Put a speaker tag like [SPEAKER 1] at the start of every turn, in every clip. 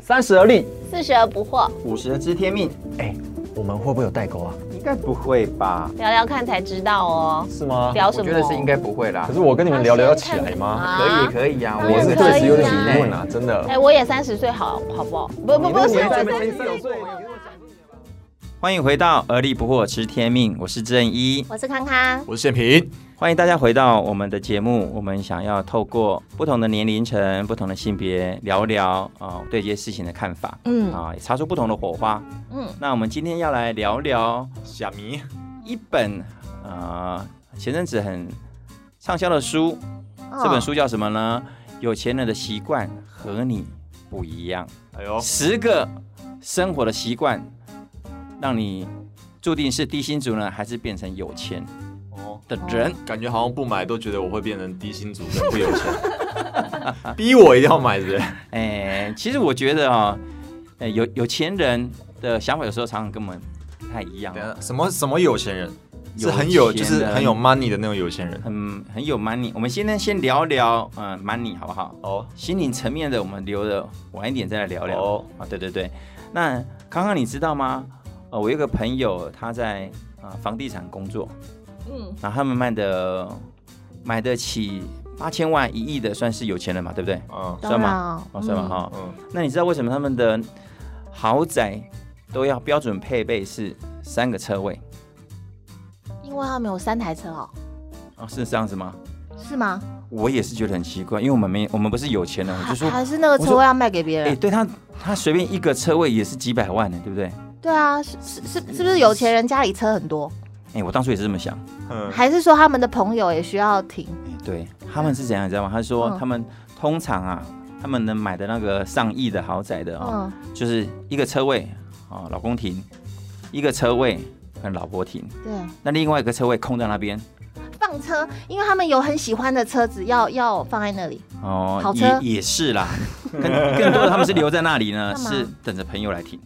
[SPEAKER 1] 三十而立，
[SPEAKER 2] 四十而不惑，
[SPEAKER 3] 五十知天命，
[SPEAKER 1] 哎，我们会不会有代沟啊？
[SPEAKER 3] 应该不会吧？
[SPEAKER 2] 聊聊看才知道哦。
[SPEAKER 1] 是吗？
[SPEAKER 2] 聊
[SPEAKER 3] 啊我
[SPEAKER 2] 什么？
[SPEAKER 3] 觉得是应该不会啦
[SPEAKER 1] 可。是我跟你们聊聊要起来吗？
[SPEAKER 2] 啊
[SPEAKER 3] 可以可以呀，
[SPEAKER 2] 当
[SPEAKER 1] 我
[SPEAKER 2] 然
[SPEAKER 3] 我
[SPEAKER 1] 是
[SPEAKER 3] 是
[SPEAKER 2] 可以啊
[SPEAKER 1] 确实有点
[SPEAKER 3] 疑
[SPEAKER 1] 疑问
[SPEAKER 3] 问啊，。
[SPEAKER 1] 啊真的。
[SPEAKER 2] 哎，我也三十岁，好好不好？不不不是，
[SPEAKER 3] 你
[SPEAKER 2] 我
[SPEAKER 3] 都
[SPEAKER 2] 三
[SPEAKER 3] 没
[SPEAKER 2] 十
[SPEAKER 3] 三十岁
[SPEAKER 2] 岁，
[SPEAKER 3] 欢迎回到而立不惑知天命，我是正一。
[SPEAKER 2] 我是康康，
[SPEAKER 4] 我是宪平，
[SPEAKER 3] 欢迎大家回到我们的节目，我们想要透过不同的年龄层、不同的性别，聊聊啊、呃对一些事情的看法，
[SPEAKER 2] 嗯
[SPEAKER 3] 啊、也擦出不同的火花。
[SPEAKER 2] 嗯，
[SPEAKER 3] 那我们今天要来聊聊
[SPEAKER 4] 小迷
[SPEAKER 3] 一本呃前阵子很畅销的书，这本
[SPEAKER 2] 哦
[SPEAKER 3] 书叫什么呢？有钱人的习惯和你不一样。
[SPEAKER 4] 哎呦，
[SPEAKER 3] 十个生活的习惯，让你注定是低薪族呢，还是变成有钱
[SPEAKER 4] 哦，
[SPEAKER 3] 的人？
[SPEAKER 4] 感觉好像不买都觉得我会变成低薪族，更不有钱， 逼我一定要买是不是？
[SPEAKER 3] 哎、其实我觉得啊、呃有有钱人的想法有时候常常跟我们不太一样
[SPEAKER 4] 等
[SPEAKER 3] 哦，
[SPEAKER 4] 一下什么什么有钱人？
[SPEAKER 3] 有
[SPEAKER 4] 是很有，
[SPEAKER 3] 钱
[SPEAKER 4] 就是
[SPEAKER 3] 人
[SPEAKER 4] 很有 money 的那种有钱人。
[SPEAKER 3] 很很有 money。我们现在先聊聊嗯、呃 money 好不好？
[SPEAKER 4] 哦，
[SPEAKER 3] 心灵层面的，我们留着晚一点再来聊聊。
[SPEAKER 4] 哦
[SPEAKER 3] 啊，对对对。那康康，你知道吗？呃，我有一个朋友，他在啊、呃房地产工作，
[SPEAKER 2] 嗯，
[SPEAKER 3] 然后他们卖的买得起八千万、一亿的，算是有钱人嘛，对不对？
[SPEAKER 4] 嗯
[SPEAKER 3] 算吗
[SPEAKER 2] 吗
[SPEAKER 3] 哦，算嘛哈、
[SPEAKER 4] 嗯，
[SPEAKER 3] 那你知道为什么他们的豪宅都要标准配备是三个车位？
[SPEAKER 2] 因为他们有三台车哦，
[SPEAKER 3] 哦，是这样子吗？
[SPEAKER 2] 是吗？
[SPEAKER 3] 我也是觉得很奇怪，因为我们没我们不是有钱人，我就说
[SPEAKER 2] 还，还是那个车位要卖给别
[SPEAKER 3] 哎、
[SPEAKER 2] 人？
[SPEAKER 3] 对他他随便一个车位也是几百万呢，对不对？
[SPEAKER 2] 对啊，是是是是不是有钱人家里车很多？
[SPEAKER 3] 哎、我当初也是这么想。
[SPEAKER 4] 嗯
[SPEAKER 2] 还是说他们的朋友也需要停？
[SPEAKER 3] 对，他们是怎样，你知道吗？他说、
[SPEAKER 2] 嗯
[SPEAKER 3] 他们通常啊，他们能买的那个上亿的豪宅的啊、
[SPEAKER 2] 嗯，
[SPEAKER 3] 就是一个车位啊、哦，老公停；一个车位跟老婆停，
[SPEAKER 2] 对，
[SPEAKER 3] 那另外一个车位空在那边
[SPEAKER 2] 放车，因为他们有很喜欢的车子要要放在那里。
[SPEAKER 3] 哦
[SPEAKER 2] 好，车
[SPEAKER 3] 也也是啦，更更多的他们是留在那里呢，
[SPEAKER 2] 干嘛
[SPEAKER 3] 是等着朋友来停。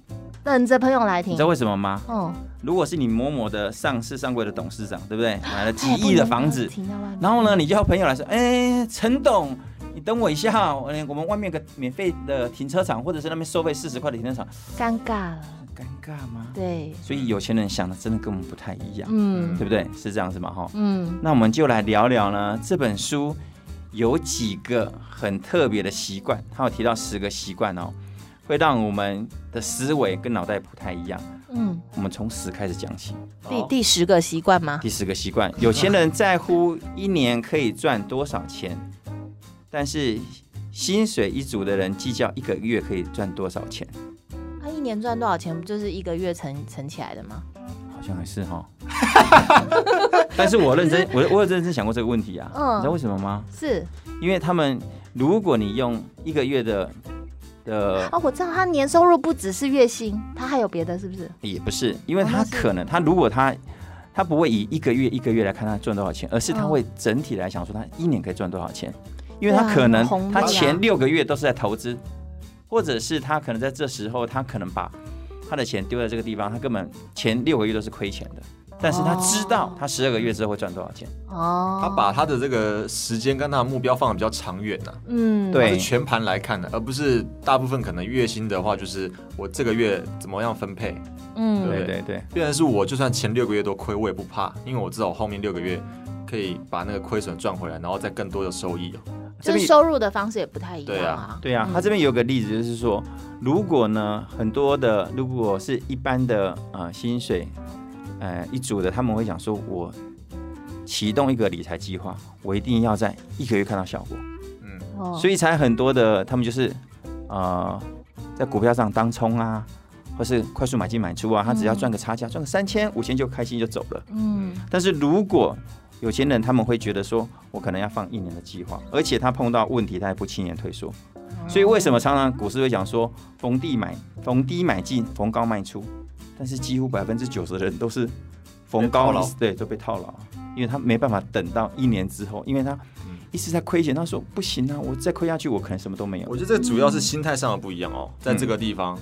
[SPEAKER 2] 等着朋友来
[SPEAKER 3] 你
[SPEAKER 2] 听
[SPEAKER 3] 知道。为什么吗？
[SPEAKER 2] 嗯，
[SPEAKER 3] 如果是你某某的上市上柜的董事长，对不对？买了
[SPEAKER 2] 哎
[SPEAKER 3] 几亿的房子，
[SPEAKER 2] 停在啊外面。
[SPEAKER 3] 然后呢，你叫朋友来说，哎，陈董。你等我一下，我我们外面有个免费的停车场，或者是那边收费四十块的停车场，
[SPEAKER 2] 尴尬了，
[SPEAKER 3] 尴尬吗？
[SPEAKER 2] 对，
[SPEAKER 3] 所以有钱人想的真的跟我们不太一样，
[SPEAKER 2] 嗯
[SPEAKER 3] 对不对？是这样子嘛，哈。
[SPEAKER 2] 嗯，
[SPEAKER 3] 那我们就来聊聊呢，这本书有几个很特别的习惯，它有提到十个习惯哦，会让我们的思维跟脑袋不太一样。
[SPEAKER 2] 嗯，
[SPEAKER 3] 我们从十开始讲起。
[SPEAKER 2] 第
[SPEAKER 4] 哦
[SPEAKER 2] 第十个习惯吗？
[SPEAKER 3] 第十个习惯，有钱人在乎一年可以赚多少钱，但是薪水一族的人计较一个月可以赚多少钱，
[SPEAKER 2] 他啊一年赚多少钱？不就是一个月存存起来的吗？
[SPEAKER 3] 好像还是哈。 但是我认真，我我有认真想过这个问题啊。
[SPEAKER 2] 嗯
[SPEAKER 3] 你知道为什么吗？
[SPEAKER 2] 是
[SPEAKER 3] 因为他们如果你用一个月的的、
[SPEAKER 2] 哦，我知道他年收入不只是月薪，他还有别的，是不是？
[SPEAKER 3] 也不是，因为
[SPEAKER 2] 哦
[SPEAKER 3] 他
[SPEAKER 2] 那是
[SPEAKER 3] 可能他如果他他不会以一个月一个月来看他赚多少钱，而是他
[SPEAKER 2] 嗯
[SPEAKER 3] 会整体来想说他一年可以赚多少钱，因为
[SPEAKER 2] 对
[SPEAKER 3] 他
[SPEAKER 2] 啊
[SPEAKER 3] 可能
[SPEAKER 2] 很红利
[SPEAKER 3] 他
[SPEAKER 2] 啊
[SPEAKER 3] 前六个月都是在投资，或者是他可能在这时候他可能把他的钱丢在这个地方，他根本前六个月都是亏钱的。但是他知道
[SPEAKER 2] 哦
[SPEAKER 3] 他十二个月之后会赚多少钱，
[SPEAKER 2] 哦，
[SPEAKER 4] 他把他的这个时间跟他的目标放的比较长远呐、
[SPEAKER 2] 嗯
[SPEAKER 3] 对
[SPEAKER 4] 他是全盘来看的，而不是大部分可能月薪的话，就是我这个月怎么样分配。
[SPEAKER 2] 嗯
[SPEAKER 4] 对
[SPEAKER 3] 对对对，
[SPEAKER 4] 变成是我就算前六个月都亏，我也不怕，因为我知道我后面六个月可以把那个亏损赚回来，然后再更多的收益哦。
[SPEAKER 3] 这
[SPEAKER 2] 就
[SPEAKER 3] 边
[SPEAKER 2] 是收入的方式也不太一样啊。
[SPEAKER 3] 对啊，
[SPEAKER 2] 嗯
[SPEAKER 3] 他这边有个例子，就是说，如果呢，很多的呃如果是一般的呃薪水，呃一组的，他们会想说，我启动一个理财计划，我一定要在一个月看到效果，
[SPEAKER 4] 嗯，
[SPEAKER 2] 哦
[SPEAKER 3] 所以才很多的他们就是呃在股票上当冲啊，或是快速买进买出啊，他只要赚个差价，赚个三千五千就开心就走了。
[SPEAKER 2] 嗯
[SPEAKER 3] 但是如果有钱人他们会觉得说，我可能要放一年的计划，而且他碰到问题他也不轻言退缩，
[SPEAKER 4] 哦
[SPEAKER 3] 所以为什么常常股市会讲说逢低买、逢低买进、逢高卖出？但是几乎百分之九十的人都是逢高
[SPEAKER 4] 被套牢
[SPEAKER 3] 对，都被套牢，因为他没办法等到一年之后，因为他
[SPEAKER 4] 嗯
[SPEAKER 3] 一直在亏钱，他说不行啊，我再亏下去我可能什么都没有。嗯
[SPEAKER 4] 我觉得这主要是心态上的不一样哦，在这个地方，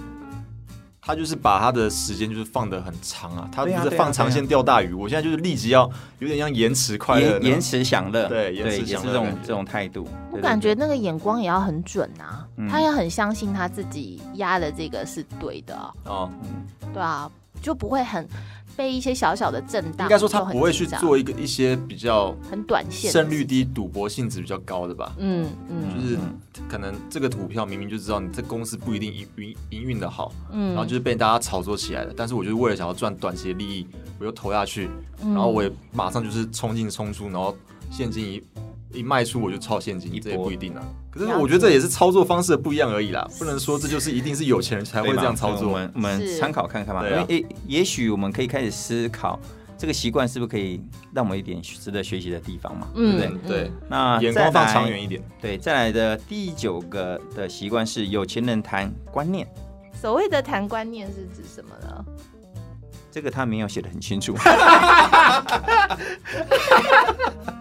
[SPEAKER 4] 他就是把他的时间就是放得很长啊，他不
[SPEAKER 3] 对啊
[SPEAKER 4] 是
[SPEAKER 3] 对啊
[SPEAKER 4] 放长
[SPEAKER 3] 对啊
[SPEAKER 4] 线钓大鱼，我现在就是立即要有点像延迟快乐
[SPEAKER 3] 延
[SPEAKER 4] 那种
[SPEAKER 3] 延迟享乐，
[SPEAKER 4] 对延迟
[SPEAKER 3] 也是
[SPEAKER 4] 享乐
[SPEAKER 3] 这
[SPEAKER 4] 的
[SPEAKER 3] 种
[SPEAKER 4] 感觉
[SPEAKER 3] 这种态度。
[SPEAKER 2] 我
[SPEAKER 3] 对
[SPEAKER 2] 感觉那个眼光也要很准啊，
[SPEAKER 3] 嗯
[SPEAKER 2] 他也很相信他自己压的这个是对的啊、
[SPEAKER 4] 哦，
[SPEAKER 2] 对啊，就不会很被一些小小的震荡，
[SPEAKER 4] 应该说他
[SPEAKER 2] 就很
[SPEAKER 4] 不会去
[SPEAKER 2] 紧张
[SPEAKER 4] 做一个一些比较
[SPEAKER 2] 很短线的
[SPEAKER 4] 胜率低、赌博性质比较高的吧。
[SPEAKER 2] 嗯嗯
[SPEAKER 3] 嗯
[SPEAKER 4] 就是
[SPEAKER 3] 嗯
[SPEAKER 4] 可能这个股票明明就知道你这公司不一定营营营运的好，
[SPEAKER 2] 嗯，
[SPEAKER 4] 然后就是被大家炒作起来的，但是我就是为了想要赚短期的利益，我又投下去，然后我也马上就是冲进冲出，然后现金一一卖出我就超现金
[SPEAKER 3] 一，
[SPEAKER 4] 这也
[SPEAKER 3] 波
[SPEAKER 4] 不一定啊。可是
[SPEAKER 2] 了解
[SPEAKER 4] 我觉得这也是操作方式的不一样而已啦，不能说这就是一定是有钱人才会
[SPEAKER 3] 对嘛
[SPEAKER 4] 这样操
[SPEAKER 3] 所以我
[SPEAKER 4] 作。
[SPEAKER 3] 们我们
[SPEAKER 2] 是
[SPEAKER 3] 参考看看嘛，
[SPEAKER 4] 对
[SPEAKER 3] 因
[SPEAKER 4] 啊
[SPEAKER 3] 为也也许我们可以开始思考这个习惯是不是可以让我们一点值得学习的地方嘛，对不
[SPEAKER 2] 嗯
[SPEAKER 3] 对？
[SPEAKER 4] 嗯，对，
[SPEAKER 3] 那
[SPEAKER 4] 眼光
[SPEAKER 3] 再
[SPEAKER 4] 放
[SPEAKER 3] 来
[SPEAKER 4] 长远一点。
[SPEAKER 3] 对，再来的第九个的习惯是有钱人谈观念，
[SPEAKER 2] 所谓的谈观念是指什么呢？
[SPEAKER 3] 这个他没有写的很清楚。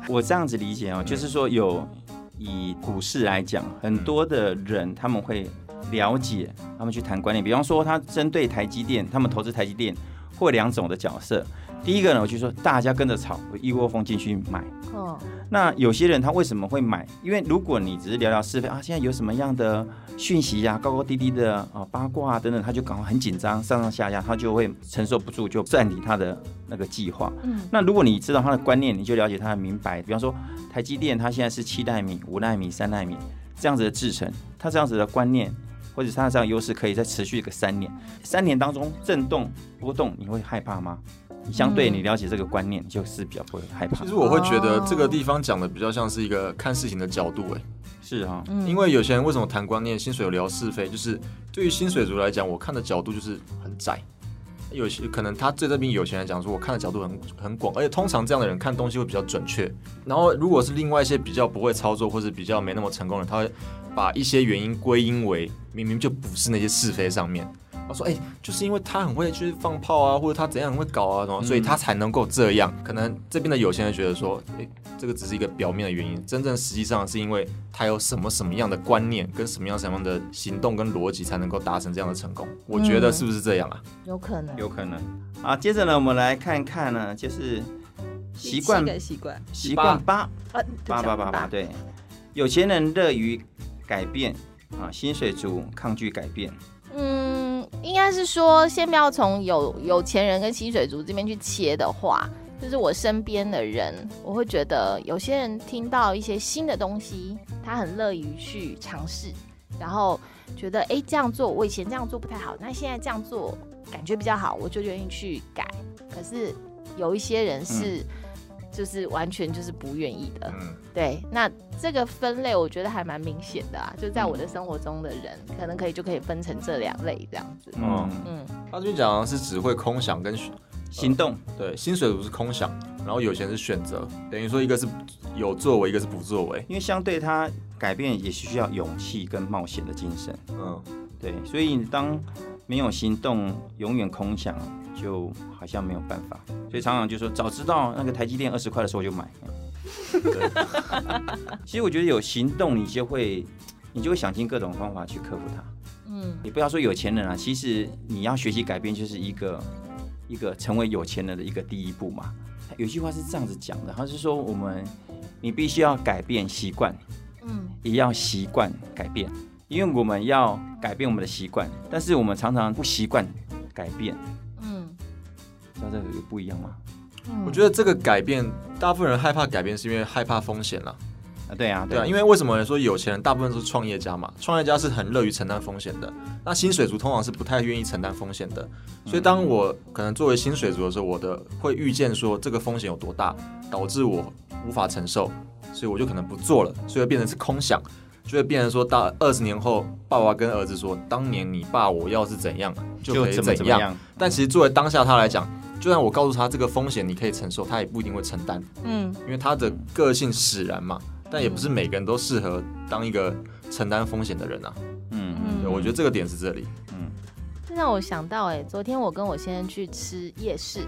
[SPEAKER 3] 我这样子理解哦，就是说有以股市来讲，很多的人他们会了解，他们去谈观念，比方说他针对台积电，他们投资台积电会有两种的角色。第一个呢，我就说大家跟着炒，我一窝蜂进去买。
[SPEAKER 2] 哦，
[SPEAKER 3] 那有些人他为什么会买？因为如果你只是聊聊是非啊，现在有什么样的讯息呀、高高低低的啊、八卦啊等等，他就赶快很紧张，上上下下，他就会承受不住，就暂停他的那个计划。
[SPEAKER 2] 嗯，
[SPEAKER 3] 那如果你知道他的观念，你就了解他的明白。比方说，台积电它现在是七纳米、五纳米、三纳米这样子的制程，它这样子的观念。或者是它这样的优势可以再持续个三年，三年当中震动波动，你会害怕吗？你相对你了解这个观念，你就是比较不会害怕
[SPEAKER 4] 其。实我会觉得这个地方讲的比较像是一个看事情的角度、欸，
[SPEAKER 3] 是啊、
[SPEAKER 2] 嗯
[SPEAKER 4] 因为有些人为什么谈观念、薪水有聊是非，就是对于薪水族来讲，我看的角度就是很窄。有些可能他对这边有钱人来讲说，我看的角度很很广，而且通常这样的人看东西会比较准确。然后如果是另外一些比较不会操作或者比较没那么成功的人，他会把一些原因归因为明明就不是那些是非上面。他说：“哎、就是因为他很会去放炮啊，或者他怎样很会搞啊，然后所以他才能够这样。可能这边的有钱人觉得说，哎、这个只是一个表面的原因，真正实际上是因为他有什么什么样的观念，跟什么样什么样的行动跟逻辑，才能够达成这样的成功。我觉得是不是这样啊？
[SPEAKER 2] 有可能
[SPEAKER 3] 有可能。好，接着呢，我们来看看呢，就是习惯
[SPEAKER 5] 第七个习惯，呃
[SPEAKER 3] 习惯八
[SPEAKER 2] 啊，
[SPEAKER 3] 八八八八，对，有钱人乐于改变啊，薪水族抗拒改变，
[SPEAKER 2] 嗯，应该是说，先不要从有有钱人跟薪水族这边去切的话，就是我身边的人，我会觉得有些人听到一些新的东西，他很乐于去尝试，然后觉得诶这样做我以前这样做不太好，那现在这样做感觉比较好，我就愿意去改。可是有一些人是，就是完全就是不愿意的，
[SPEAKER 4] 嗯，
[SPEAKER 2] 对，那这个分类我觉得还蛮明显的啊，就在我
[SPEAKER 4] 嗯
[SPEAKER 2] 的生活中的人，可能可以就可以分成这两类这样子。
[SPEAKER 3] 嗯，
[SPEAKER 2] 嗯，
[SPEAKER 4] 他这边讲的是只会空想跟选
[SPEAKER 3] 行动，
[SPEAKER 4] 对薪水不是空想，然后有钱人是选择，等于说一个是有作为，一个是不作为。
[SPEAKER 3] 因为相对他改变也需要勇气跟冒险的精神，
[SPEAKER 4] 嗯，
[SPEAKER 3] 对，所以当没有行动，永远空想，就好像没有办法，所以常常就说早知道那个台积电二十块的时候我就买。其实我觉得有行动，你就会，你就会想尽各种方法去克服它。
[SPEAKER 2] 嗯，
[SPEAKER 3] 你不要说有钱人啊，其实你要学习改变，就是一个一个成为有钱人的一个第一步嘛。有句话是这样子讲的，他是说我们你必须要改变习惯，
[SPEAKER 2] 嗯，
[SPEAKER 3] 也要习惯改变，因为我们要改变我们的习惯，但是我们常常不习惯改变，
[SPEAKER 2] 嗯，
[SPEAKER 3] 像这个有不一样吗？
[SPEAKER 2] 嗯
[SPEAKER 4] 我觉得这个改变，大部分人害怕改变是因为害怕风险啦。
[SPEAKER 3] 啊，对啊，
[SPEAKER 4] 对啊，因为为什么说有钱人大部分都是创业家嘛？创业家是很乐于承担风险的，那薪水族通常是不太愿意承担风险的。所以当
[SPEAKER 3] 嗯
[SPEAKER 4] 我可能作为薪水族的时候，我的会预见说这个风险有多大，导致我无法承受，所以我就可能不做了，所以会变成是空想，就会变成说到二十年后，爸爸跟儿子说，当年你爸我要是怎样就可以
[SPEAKER 3] 怎
[SPEAKER 4] 怎
[SPEAKER 3] 么
[SPEAKER 4] 样。
[SPEAKER 3] 怎么样，
[SPEAKER 4] 但其实作为当下他来讲，就算我告诉他这个风险你可以承受，他也不一定会承担。
[SPEAKER 2] 嗯，
[SPEAKER 4] 因为他的个性使然嘛，但也不是每个人都适合当一个承担风险的人啊。
[SPEAKER 3] 嗯
[SPEAKER 2] 嗯
[SPEAKER 4] 对，我觉得这个点是这里。
[SPEAKER 2] 这让我想到、哎，昨天我跟我先生去吃夜市，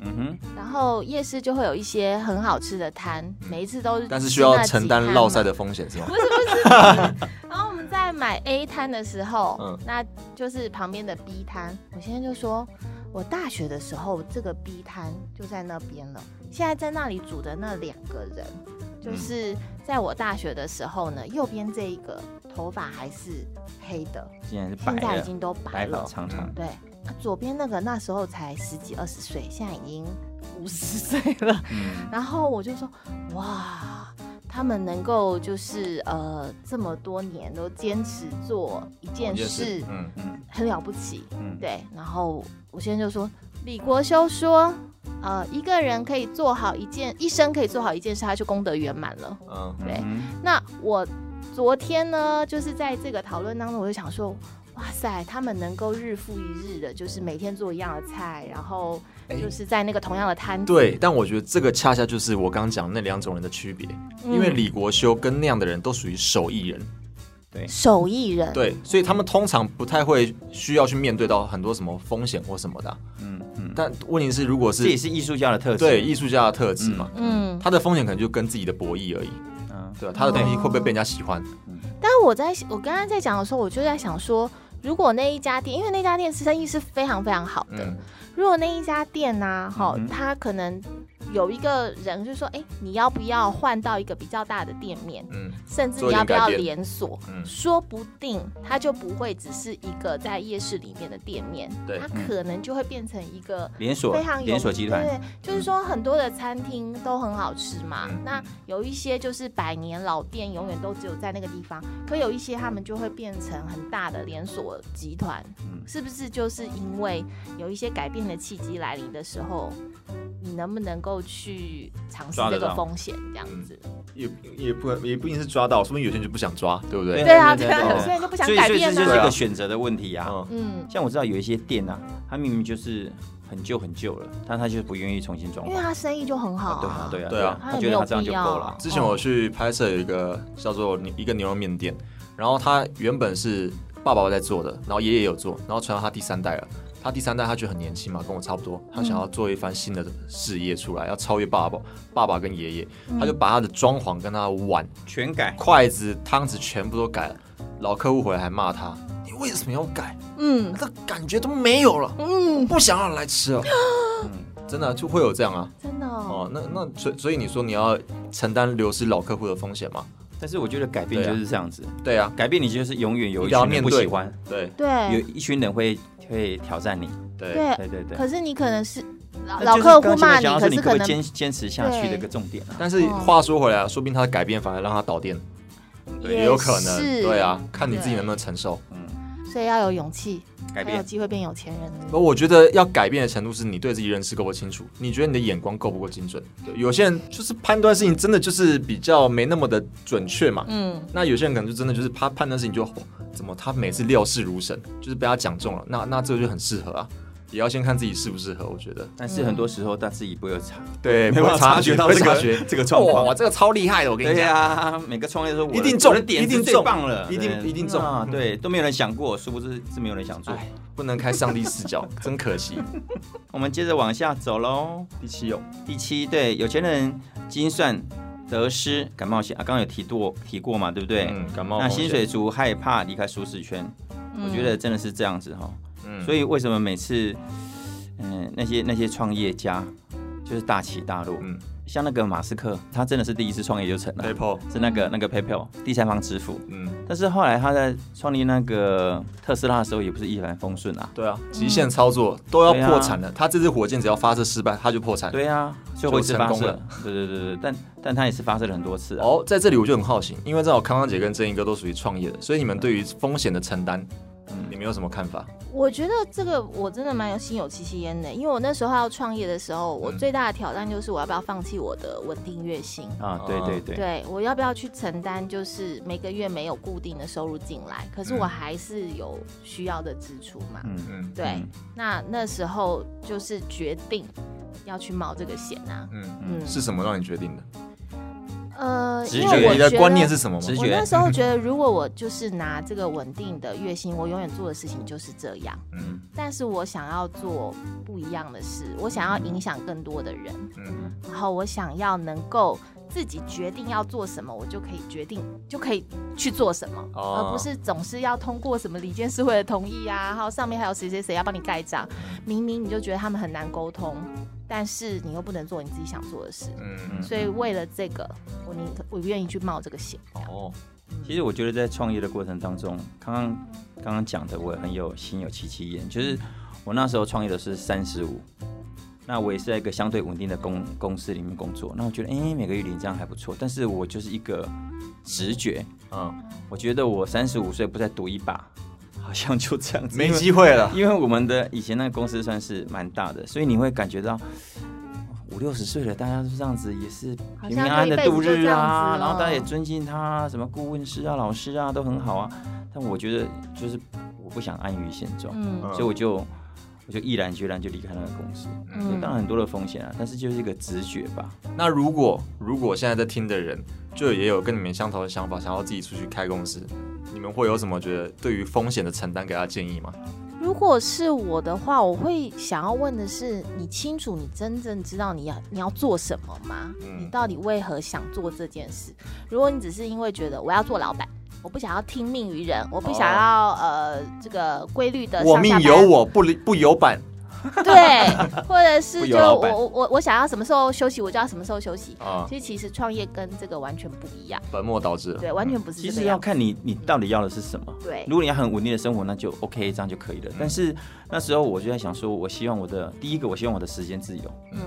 [SPEAKER 3] 嗯哼，
[SPEAKER 2] 然后夜市就会有一些很好吃的摊，每一次都是，
[SPEAKER 4] 但是需要承担落
[SPEAKER 2] 落
[SPEAKER 4] 赛。的风险是吗？
[SPEAKER 2] 然后我们在买 A 摊的时候，
[SPEAKER 4] 嗯
[SPEAKER 2] 那就是旁边的 B 摊。我现在就说，我大学的时候这个 B 摊就在那边了，现在在那里住的那两个人，嗯就是在我大学的时候呢，右边这一个头发还是黑的，
[SPEAKER 3] 现在是白
[SPEAKER 2] 现在已
[SPEAKER 3] 了，
[SPEAKER 2] 经都
[SPEAKER 3] 白
[SPEAKER 2] 白
[SPEAKER 3] 发
[SPEAKER 2] 了，
[SPEAKER 3] 苍苍
[SPEAKER 4] 嗯。
[SPEAKER 2] 对，啊左边那个那时候才十几二十岁，现在已经五十岁了。
[SPEAKER 3] 嗯，
[SPEAKER 2] 然后我就说，哇，他们能够就是呃这么多年都坚持做一件
[SPEAKER 4] 也
[SPEAKER 2] 事
[SPEAKER 4] 是，，嗯，
[SPEAKER 3] 嗯
[SPEAKER 2] 很了不起。
[SPEAKER 3] 嗯，
[SPEAKER 2] 对，然后我先生就说，李国修说，呃，一个人可以做好一件，一生可以做好一件事，他就功德圆满了。
[SPEAKER 4] 嗯，
[SPEAKER 2] 对
[SPEAKER 3] 嗯
[SPEAKER 2] 那我昨天呢，就是在这个讨论当中，我就想说，哇塞，他们能够日复一日的，就是每天做一样的菜，然后就是在那个同样的摊子，
[SPEAKER 4] 哎对，但我觉得这个恰恰就是我刚刚讲那两种人的区别，
[SPEAKER 2] 嗯
[SPEAKER 4] 因为李国修跟那样的人都属于手艺人，
[SPEAKER 2] 手艺人，
[SPEAKER 4] 对，所以他们通常不太会需要去面对到很多什么风险或什么的啊、
[SPEAKER 3] 嗯嗯，
[SPEAKER 4] 但问题是，如果
[SPEAKER 3] 这也是
[SPEAKER 4] 是
[SPEAKER 3] 艺术家的特质。
[SPEAKER 4] 对艺术家的特质嘛，
[SPEAKER 2] 嗯，
[SPEAKER 4] 他的风险可能就跟自己的博弈而已，
[SPEAKER 3] 嗯，
[SPEAKER 4] 对吧、他的东西会不会被人家喜欢？
[SPEAKER 2] 但我在我刚刚在讲的时候，我就在想说，如果那一家店，因为那家店生意是非常非常好的，
[SPEAKER 4] 嗯，
[SPEAKER 2] 如果那一家店呢、哈、
[SPEAKER 3] 嗯哼
[SPEAKER 2] 他可能有一个人就说，哎、你要不要换到一个比较大的店面？
[SPEAKER 4] 嗯，
[SPEAKER 2] 甚至
[SPEAKER 4] 做
[SPEAKER 2] 你
[SPEAKER 4] 一
[SPEAKER 2] 要
[SPEAKER 4] 点
[SPEAKER 2] 不要
[SPEAKER 4] 改变
[SPEAKER 2] 连锁，
[SPEAKER 4] 嗯
[SPEAKER 2] 说不定它就不会只是一个在夜市里面的店面，
[SPEAKER 4] 对嗯
[SPEAKER 2] 它可能就会变成一个
[SPEAKER 3] 连锁
[SPEAKER 2] 非常有
[SPEAKER 3] 连锁集团，嗯
[SPEAKER 2] 对，就是说很多的餐厅都很好吃嘛。
[SPEAKER 4] 嗯
[SPEAKER 2] 那有一些就是百年老店，永远都只有在那个地方，可有一些他们就会变成很大的连锁集团，
[SPEAKER 3] 嗯
[SPEAKER 2] 是不是？就是因为有一些改变的契机来临的时候。你能不能够去尝试
[SPEAKER 3] 抓得
[SPEAKER 2] 这个
[SPEAKER 3] 到嗯
[SPEAKER 2] 风险，这样子？
[SPEAKER 4] 也也不也不一定是抓到，说明有些人就不想抓，对不对？
[SPEAKER 3] 对
[SPEAKER 2] 对啊，
[SPEAKER 3] 嗯对
[SPEAKER 2] 对
[SPEAKER 3] 对
[SPEAKER 2] 啊，
[SPEAKER 3] 对
[SPEAKER 2] 有些人就不想
[SPEAKER 3] 所以
[SPEAKER 2] 改
[SPEAKER 3] 所以
[SPEAKER 2] 变
[SPEAKER 3] 这就是
[SPEAKER 2] 啊
[SPEAKER 3] 一。个选择的问题啊。
[SPEAKER 4] 嗯，
[SPEAKER 2] 嗯，
[SPEAKER 3] 像我知道有一些店啊，它明明就是很旧很旧了，但它就是不愿意重新装
[SPEAKER 2] 因为
[SPEAKER 3] 潢。
[SPEAKER 2] 他生意就很好、
[SPEAKER 3] 对啊，对啊，
[SPEAKER 4] 对啊
[SPEAKER 3] 他觉得他这样就够了。
[SPEAKER 4] 之前我去拍摄有一个叫做牛一个牛肉面店，然后他原本是爸爸在做的，然后爷爷也有做，然后传到他第三代了。他第三代他觉得很年轻嘛，跟我差不多，他想要做一番新的事业出来，要超越爸爸、爸爸跟爷爷，他就把他的装潢跟他的碗、
[SPEAKER 3] 全改，
[SPEAKER 4] 筷子、汤匙全部都改了。老客户回来还骂他：“你为什么要改？
[SPEAKER 2] 嗯
[SPEAKER 4] 那感觉都没有了，
[SPEAKER 2] 嗯，
[SPEAKER 4] 不想让人来吃了。”真的啊、就会有这样啊。
[SPEAKER 2] 真的哦，
[SPEAKER 4] 哦，那那所以所以你说你要承担流失老客户的风险吗？
[SPEAKER 3] 但是我觉得改变就是这样子，
[SPEAKER 4] 对啊，
[SPEAKER 3] 改变你就是永远有
[SPEAKER 4] 一
[SPEAKER 3] 一
[SPEAKER 4] 定要
[SPEAKER 3] 群人
[SPEAKER 4] 面
[SPEAKER 3] 不
[SPEAKER 4] 对
[SPEAKER 3] 喜欢，
[SPEAKER 4] 对
[SPEAKER 3] 有
[SPEAKER 2] 对
[SPEAKER 3] 一群人会会挑战你。
[SPEAKER 4] 对
[SPEAKER 2] 对，
[SPEAKER 3] 对对对。嗯
[SPEAKER 2] 可是你可能是老
[SPEAKER 3] 那
[SPEAKER 2] 老
[SPEAKER 3] 就是
[SPEAKER 2] 客户
[SPEAKER 3] 刚前
[SPEAKER 2] 骂
[SPEAKER 3] 面
[SPEAKER 2] 你，
[SPEAKER 3] 讲到
[SPEAKER 2] 可
[SPEAKER 3] 是你
[SPEAKER 2] 是
[SPEAKER 3] 可
[SPEAKER 2] 可
[SPEAKER 3] 不可以
[SPEAKER 2] 能
[SPEAKER 3] 坚坚持下去的一个重点啊。
[SPEAKER 4] 但是
[SPEAKER 2] 哦
[SPEAKER 4] 话说回来啊，说不定他的改变反而让他倒店，
[SPEAKER 2] 也
[SPEAKER 4] 有可能。
[SPEAKER 2] 是
[SPEAKER 4] 对啊，看你自己能不能承受。
[SPEAKER 2] 所以要有勇气，
[SPEAKER 3] 改
[SPEAKER 2] 才有
[SPEAKER 3] 变，
[SPEAKER 2] 机会变有钱人。
[SPEAKER 4] 那我觉得要改变的程度是你对自己认识够不够清楚，你觉得你的眼光够不够精准。对，有些人就是判断事情真的就是比较没那么的准确嘛。
[SPEAKER 2] 嗯，
[SPEAKER 4] 那有些人可能就真的就是他判断事情就、哦怎么他每次料事如神，就是被他讲中了，那那这个就很适合啊。也要先看自己适不适合，我觉得。
[SPEAKER 3] 但是很多时候他自己不会有察，
[SPEAKER 4] 对，
[SPEAKER 3] 没办法
[SPEAKER 4] 不会
[SPEAKER 3] 察觉到
[SPEAKER 4] 不会
[SPEAKER 3] 这个
[SPEAKER 4] 察觉
[SPEAKER 3] 这个状况
[SPEAKER 4] 哇，这个超厉害的，我跟你
[SPEAKER 3] 对
[SPEAKER 4] 讲。
[SPEAKER 3] 呀、每个创业都
[SPEAKER 4] 啊一定中
[SPEAKER 3] 我的点
[SPEAKER 4] 一定
[SPEAKER 3] 是最
[SPEAKER 4] 中
[SPEAKER 3] 棒了，
[SPEAKER 4] 一定
[SPEAKER 3] 对
[SPEAKER 4] 一定中
[SPEAKER 3] 啊！对，都没有人想过，殊不知是没有人想做。
[SPEAKER 4] 哎，不能开上帝视 角，真可惜。
[SPEAKER 3] 我们接着往下走喽。
[SPEAKER 4] 第七有，
[SPEAKER 3] 第七，对有钱人精算得失感冒险啊，刚刚有提过提过嘛，对不对？
[SPEAKER 4] 嗯，感冒
[SPEAKER 3] 那
[SPEAKER 4] 风险
[SPEAKER 3] 薪水族害怕离开舒适圈，我
[SPEAKER 2] 嗯
[SPEAKER 3] 觉得真的是这样子哈。
[SPEAKER 4] 嗯
[SPEAKER 3] 所以为什么每次，嗯、那些那些创业家就是大起大落，
[SPEAKER 4] 嗯
[SPEAKER 3] 像那个马斯克，他真的是第一次创业就成了，
[SPEAKER 4] ，Apple，
[SPEAKER 3] 是那个那个 PayPal 第三方支付。
[SPEAKER 4] 嗯，
[SPEAKER 3] 但是后来他在创立那个特斯拉的时候，也不是一帆风顺啊。
[SPEAKER 4] 对啊，极限操作都要
[SPEAKER 3] 对啊
[SPEAKER 4] 破产了。他这支火箭只要发射失败，他就破产。，
[SPEAKER 3] 对啊，最后一次
[SPEAKER 4] 就
[SPEAKER 3] 发
[SPEAKER 4] 成功
[SPEAKER 3] 射
[SPEAKER 4] 了，
[SPEAKER 3] 对对对对，但但他也是发射了很多次啊。
[SPEAKER 4] 哦，在这里我就很好奇，因为正好康康姐跟正义哥都属于创业的，所以你们对于风险的承担，
[SPEAKER 3] 嗯
[SPEAKER 4] 你们有什么看法？
[SPEAKER 2] 我觉得这个我真的蛮有心有戚戚焉的，因为我那时候要创业的时候，我
[SPEAKER 4] 嗯
[SPEAKER 2] 最大的挑战就是我要不要放弃我的稳定月薪。
[SPEAKER 3] 啊，
[SPEAKER 4] 哦
[SPEAKER 3] 对对对，
[SPEAKER 2] 对我要不要去承担，就是每个月没有固定的收入进来，可是我
[SPEAKER 4] 嗯
[SPEAKER 2] 还是有需要的支出嘛。
[SPEAKER 3] 嗯，
[SPEAKER 4] 嗯
[SPEAKER 2] 对，
[SPEAKER 3] 嗯
[SPEAKER 2] 那那时候就是决定要去冒这个险啊。
[SPEAKER 4] 嗯，
[SPEAKER 2] 嗯，
[SPEAKER 4] 是什么让你决定的？
[SPEAKER 2] 呃，
[SPEAKER 3] 直
[SPEAKER 2] 因
[SPEAKER 3] 觉
[SPEAKER 2] 为我
[SPEAKER 4] 你的
[SPEAKER 2] 觉
[SPEAKER 4] 观
[SPEAKER 2] 得
[SPEAKER 4] 念是什么吗？
[SPEAKER 3] 直
[SPEAKER 2] 我
[SPEAKER 3] 觉
[SPEAKER 2] 那时
[SPEAKER 4] 嗯
[SPEAKER 2] 候觉得，如果我就是拿这个稳定的月薪，我永远做的事情就是这样。
[SPEAKER 4] 嗯
[SPEAKER 2] 但是我想要做不一样的事，我想要影响更多的人，
[SPEAKER 4] 嗯
[SPEAKER 2] 然后我想要能够自己决定要做什么，我就可以决定，就可以去做什么，
[SPEAKER 4] 哦
[SPEAKER 2] 呃而不是总是要通过什么理监事会的同意啊，还有上面还有谁谁谁要帮你盖章，
[SPEAKER 4] 嗯
[SPEAKER 2] 明明你就觉得他们很难沟通，但是你又不能做你自己想做的事，
[SPEAKER 4] 嗯，
[SPEAKER 2] 所以为了这个，我宁可我愿意去冒这个险。
[SPEAKER 4] 哦，
[SPEAKER 3] 其实我觉得在创业的过程当中，刚刚刚刚讲的我很有心有戚戚焉，就是我那时候创业的是三十五，那我也是在一个相对稳定的公公司里面工作，那我觉得哎、诶每个月领这样还不错，但是我就是一个直觉，
[SPEAKER 4] 嗯，
[SPEAKER 3] 我觉得我三十五岁不再赌一把， 好像就这样子，
[SPEAKER 4] 没
[SPEAKER 3] 因为
[SPEAKER 4] 机会了，
[SPEAKER 3] 因为我们的以前那个公司算是蛮大的，所以你会感觉到哦五六十岁了，大家都这样子也是平平安安的度日啊，
[SPEAKER 2] 好像这一辈子就这样子了
[SPEAKER 3] 然后大家也尊敬他啊，什么顾问师啊、老师啊都很好啊。但我觉得就是我不想安于现状，
[SPEAKER 2] 嗯
[SPEAKER 4] 嗯
[SPEAKER 3] 所以我就我就毅然决然就离开那个公司。
[SPEAKER 2] 嗯
[SPEAKER 3] 当然很多的风险啊，但是就是一个直觉吧。
[SPEAKER 4] 那如果如果现在在听的人，就也有跟你们相同的想法，想要自己出去开公司，你们会有什么觉得对于风险的承担给他建议吗？
[SPEAKER 2] 如果是我的话，我会想要问的是，你清楚你真正知道你要你要做什么吗？
[SPEAKER 4] 嗯
[SPEAKER 2] 你到底为何想做这件事？如果你只是因为觉得我要做老板，我不想要听命于人，我不
[SPEAKER 3] 哦
[SPEAKER 2] 想要、呃这个规律的呃
[SPEAKER 4] 我
[SPEAKER 2] 上下
[SPEAKER 4] 命
[SPEAKER 2] 班
[SPEAKER 4] 由，我不离不由板
[SPEAKER 2] 对，或者
[SPEAKER 3] 不
[SPEAKER 2] 是
[SPEAKER 3] 由
[SPEAKER 2] 就
[SPEAKER 3] 老
[SPEAKER 2] 我
[SPEAKER 3] 板哦
[SPEAKER 2] 我我我想要什么时候休息，我就要什么时候休息。
[SPEAKER 4] 啊，
[SPEAKER 2] 其实其实创业跟这个完全不一样，
[SPEAKER 4] 本末倒置了。
[SPEAKER 2] 对，完全不是
[SPEAKER 3] 哦其
[SPEAKER 2] 这
[SPEAKER 3] 实
[SPEAKER 2] 个
[SPEAKER 3] 要
[SPEAKER 2] 样子。
[SPEAKER 3] 看你你到底要的是什么。
[SPEAKER 2] 对，嗯
[SPEAKER 3] 如果你要很稳定的生活，那就 OK，这样就可以了。但是那时候我就在想说，我希望我的第一个，我希望我的时间自由，
[SPEAKER 2] 嗯，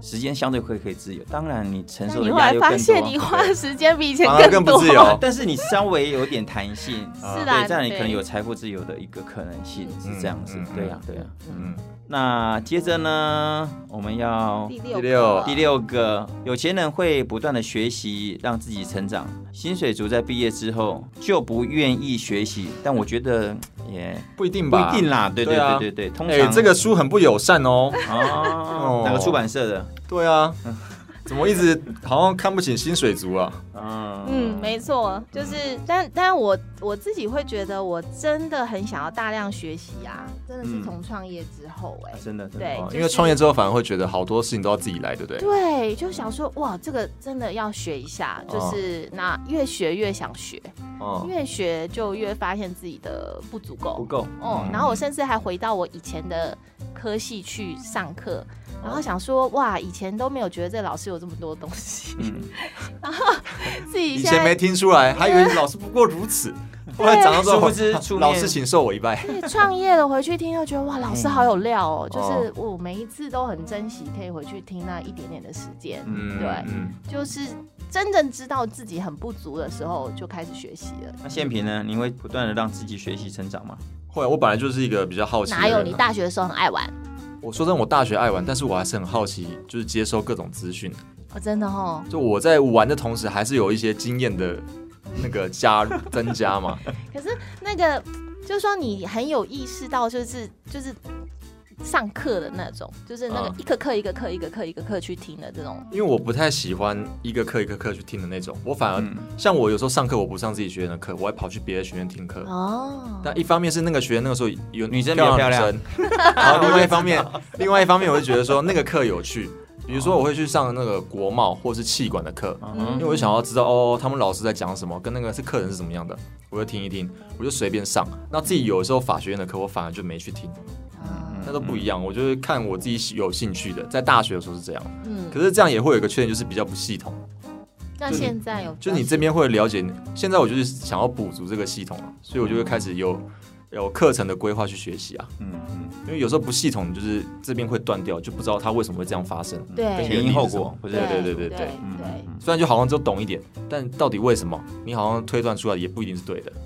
[SPEAKER 3] 时间相对会可以自由。当然，你承
[SPEAKER 2] 那
[SPEAKER 3] 受的
[SPEAKER 2] 你后
[SPEAKER 3] 压
[SPEAKER 2] 来
[SPEAKER 3] 力会
[SPEAKER 2] 发
[SPEAKER 3] 更多
[SPEAKER 2] 现
[SPEAKER 3] 啊
[SPEAKER 2] 你。花的时间比以前
[SPEAKER 4] 反而更
[SPEAKER 2] 更
[SPEAKER 4] 不
[SPEAKER 2] 多，
[SPEAKER 4] 自由
[SPEAKER 3] 但是你稍微有点弹性，
[SPEAKER 2] 是啦
[SPEAKER 3] 啊对，这样你可能
[SPEAKER 2] 对
[SPEAKER 3] 有财富自由的一个可能性，是这样子
[SPEAKER 4] 嗯。
[SPEAKER 3] 对呀，对呀。
[SPEAKER 4] 嗯，
[SPEAKER 3] 那接着呢，我们要
[SPEAKER 2] 第六啊
[SPEAKER 4] 第六
[SPEAKER 2] 个
[SPEAKER 3] 第六个，有钱人会不断的学习，让自己成长。薪水族在毕业之后就不愿意学习，但我觉得嗯也
[SPEAKER 4] 不一定
[SPEAKER 3] 不
[SPEAKER 4] 吧，
[SPEAKER 3] 一定。啦。对
[SPEAKER 4] 对
[SPEAKER 3] 对
[SPEAKER 4] 啊
[SPEAKER 3] 对对对，通
[SPEAKER 4] 哎、
[SPEAKER 3] 常
[SPEAKER 4] 这个书很不友善哦。
[SPEAKER 3] 哦，哪个出版社的？
[SPEAKER 4] 对啊， 怎么一直好像看不起薪水族啊？
[SPEAKER 2] 嗯，没错，就是，但但我我自己会觉得，我真的很想要大量学习啊，真的是
[SPEAKER 3] 嗯
[SPEAKER 2] 从创业之后、哎、
[SPEAKER 3] 啊真的真
[SPEAKER 2] 对
[SPEAKER 3] 的。
[SPEAKER 4] 哦
[SPEAKER 2] 就是
[SPEAKER 4] 因为创业之后反而会觉得好多事情都要自己来，对不对？
[SPEAKER 2] 对，就想说，哇，这个真的要学一下，
[SPEAKER 3] 哦
[SPEAKER 2] 就是、那越学越想学，
[SPEAKER 4] 哦，
[SPEAKER 2] 越学就越发现自己的不足
[SPEAKER 3] 不
[SPEAKER 2] 够，
[SPEAKER 3] 够。
[SPEAKER 4] 嗯
[SPEAKER 2] 哦，然后我甚至还回到我以前的科系去上课，然后想说，哇，以前都没有觉得这老师有这么多东西，
[SPEAKER 3] 嗯，
[SPEAKER 2] 自己
[SPEAKER 4] 以
[SPEAKER 2] 现
[SPEAKER 4] 前
[SPEAKER 2] 在
[SPEAKER 4] 没听出来，还以为老师不过如此。后来长大之
[SPEAKER 3] 殊
[SPEAKER 4] 后
[SPEAKER 3] 不知出，面
[SPEAKER 4] 老师请受我一拜。
[SPEAKER 2] 对，哎创业了回去听，又觉得哇，老师好有料哦，就
[SPEAKER 4] 哦
[SPEAKER 2] 是我每一次都很珍惜可以回去听那一点点的时间，
[SPEAKER 4] 嗯，
[SPEAKER 2] 对
[SPEAKER 4] 嗯，
[SPEAKER 2] 就是真正知道自己很不足的时候，就开始学习了。
[SPEAKER 3] 那宪平呢？你会不断的让自己学习成长吗？
[SPEAKER 4] 后来我本来就是一个比较好奇的
[SPEAKER 2] 哪
[SPEAKER 4] 人啊、
[SPEAKER 2] 有你大学的时候很爱玩？
[SPEAKER 4] 我说真的，我大学爱玩，但是我还是很好奇，就是接收各种资讯。
[SPEAKER 2] 哦，真的哦，
[SPEAKER 4] 就我在玩的同时，还是有一些经验的那个加入增加 嘛。
[SPEAKER 2] 可是那个就是说你很有意识到，就是就是。上课的那种，就是那个
[SPEAKER 4] 嗯
[SPEAKER 2] 一个课一个课一个课一个课去听的这种，
[SPEAKER 4] 因为我不太喜欢一个课一个课去听的那种，我反而、像我有时候上课我不上自己学院的课，我还跑去别的学院听课。
[SPEAKER 2] 哦，
[SPEAKER 4] 但一方面是那个学院那个时候有
[SPEAKER 3] 女生比较
[SPEAKER 4] 漂
[SPEAKER 3] 漂亮
[SPEAKER 4] 的女生，然后另外一方面，另外一方面我就觉得说那个课有趣，比如说我会去上那个国贸或是气管的课，
[SPEAKER 2] 嗯
[SPEAKER 3] 嗯
[SPEAKER 4] 因为我就想要知道哦，他们老师在讲什么，跟那个是客人是怎么样的，我就听一听，我就随便上。那自己有时候法学院的课我反而就没去听，
[SPEAKER 3] 嗯
[SPEAKER 2] 嗯
[SPEAKER 4] 那都不一样。我就是看我自己有兴趣的，在大学的时候是这样，
[SPEAKER 2] 嗯，
[SPEAKER 4] 可是这样也会有一个缺点，就是比较不系统。
[SPEAKER 2] 那
[SPEAKER 4] 就你
[SPEAKER 2] 现在有比
[SPEAKER 4] 就
[SPEAKER 2] 较
[SPEAKER 4] 你这边会了解，现在我就是想要补足这个系统啊，所以我就会开始有有课程的规划去学习啊。
[SPEAKER 3] 嗯嗯，
[SPEAKER 4] 因为有时候不系统，就是这边会断掉，就不知道它为什么会这样发生。
[SPEAKER 2] 对
[SPEAKER 3] 前因后果，不是
[SPEAKER 4] 对对对对
[SPEAKER 2] 对
[SPEAKER 4] 对
[SPEAKER 3] 嗯
[SPEAKER 2] 对，
[SPEAKER 3] 嗯
[SPEAKER 4] 虽然就好像就懂一点，但到底为什么，你好像推断出来也不一定是对的。
[SPEAKER 2] 嗯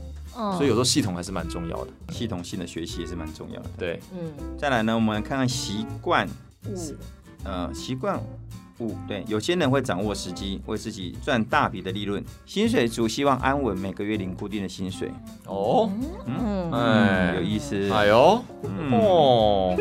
[SPEAKER 4] 所以有时候系统还是蛮重要的。
[SPEAKER 3] 嗯系统性的学习也是蛮重要的。
[SPEAKER 4] 对，
[SPEAKER 2] 嗯
[SPEAKER 3] 再来呢，我们看看习惯，
[SPEAKER 4] 嗯
[SPEAKER 2] 五
[SPEAKER 3] 呃，习惯五，对，有些人会掌握时机，为自己赚大笔的利润。薪水族希望安稳，每个月领固定的薪水。
[SPEAKER 4] 哦，
[SPEAKER 2] 嗯
[SPEAKER 3] 嗯，有
[SPEAKER 4] 哎，
[SPEAKER 3] 意思。
[SPEAKER 4] 哎呦，
[SPEAKER 3] 嗯
[SPEAKER 4] 哦，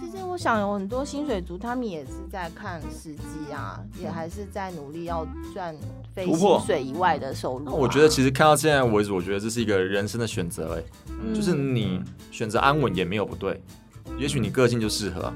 [SPEAKER 2] 其实我想有很多薪水族，他们也是在看时机啊，也还是在努力要赚非
[SPEAKER 3] 突破
[SPEAKER 2] 薪水以外的收入啊、
[SPEAKER 4] 那我觉得其实看到现在为止，我觉得这是一个人生的选择，哎，
[SPEAKER 2] 嗯
[SPEAKER 4] 就是你选择安稳也没有不对，也许你个性就适合啊，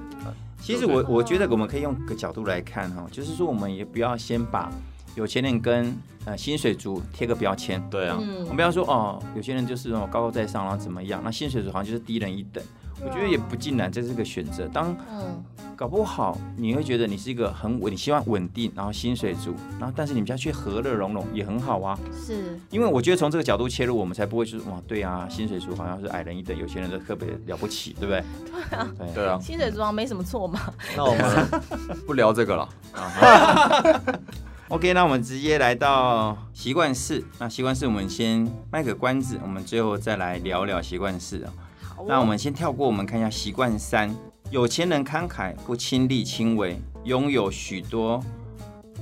[SPEAKER 3] 其实我我觉得我们可以用个角度来看哈、就是说我们也不要先把有钱人跟呃薪水族贴个标签。
[SPEAKER 4] 对啊，
[SPEAKER 3] 我
[SPEAKER 2] 嗯
[SPEAKER 3] 们不要说哦，有些人就是哦高高在上，然后怎么样？那薪水族好像就是低人一等，我觉得也不尽然，这是个选择。当
[SPEAKER 2] 嗯，
[SPEAKER 3] 搞不好你会觉得你是一个很稳，你希望稳定，然后薪水族，然后但是你们家却和乐融融，也很好啊。
[SPEAKER 2] 是
[SPEAKER 3] 因为我觉得从这个角度切入，我们才不会就是哇，对啊，薪水族好像是矮人一等，有钱人都特别了不起，对不对？对啊，
[SPEAKER 4] 对啊，
[SPEAKER 2] 清水族王没什么错嘛，
[SPEAKER 1] 那我们
[SPEAKER 4] 不聊这个了。
[SPEAKER 3] OK，那我们直接来到习惯室。那习惯室，我们先卖个关子，我们最后再来聊聊习惯室啊、
[SPEAKER 2] 好哦
[SPEAKER 3] 那我们先跳过，我们看一下习惯三：有钱人慷慨不亲力亲为，拥有许多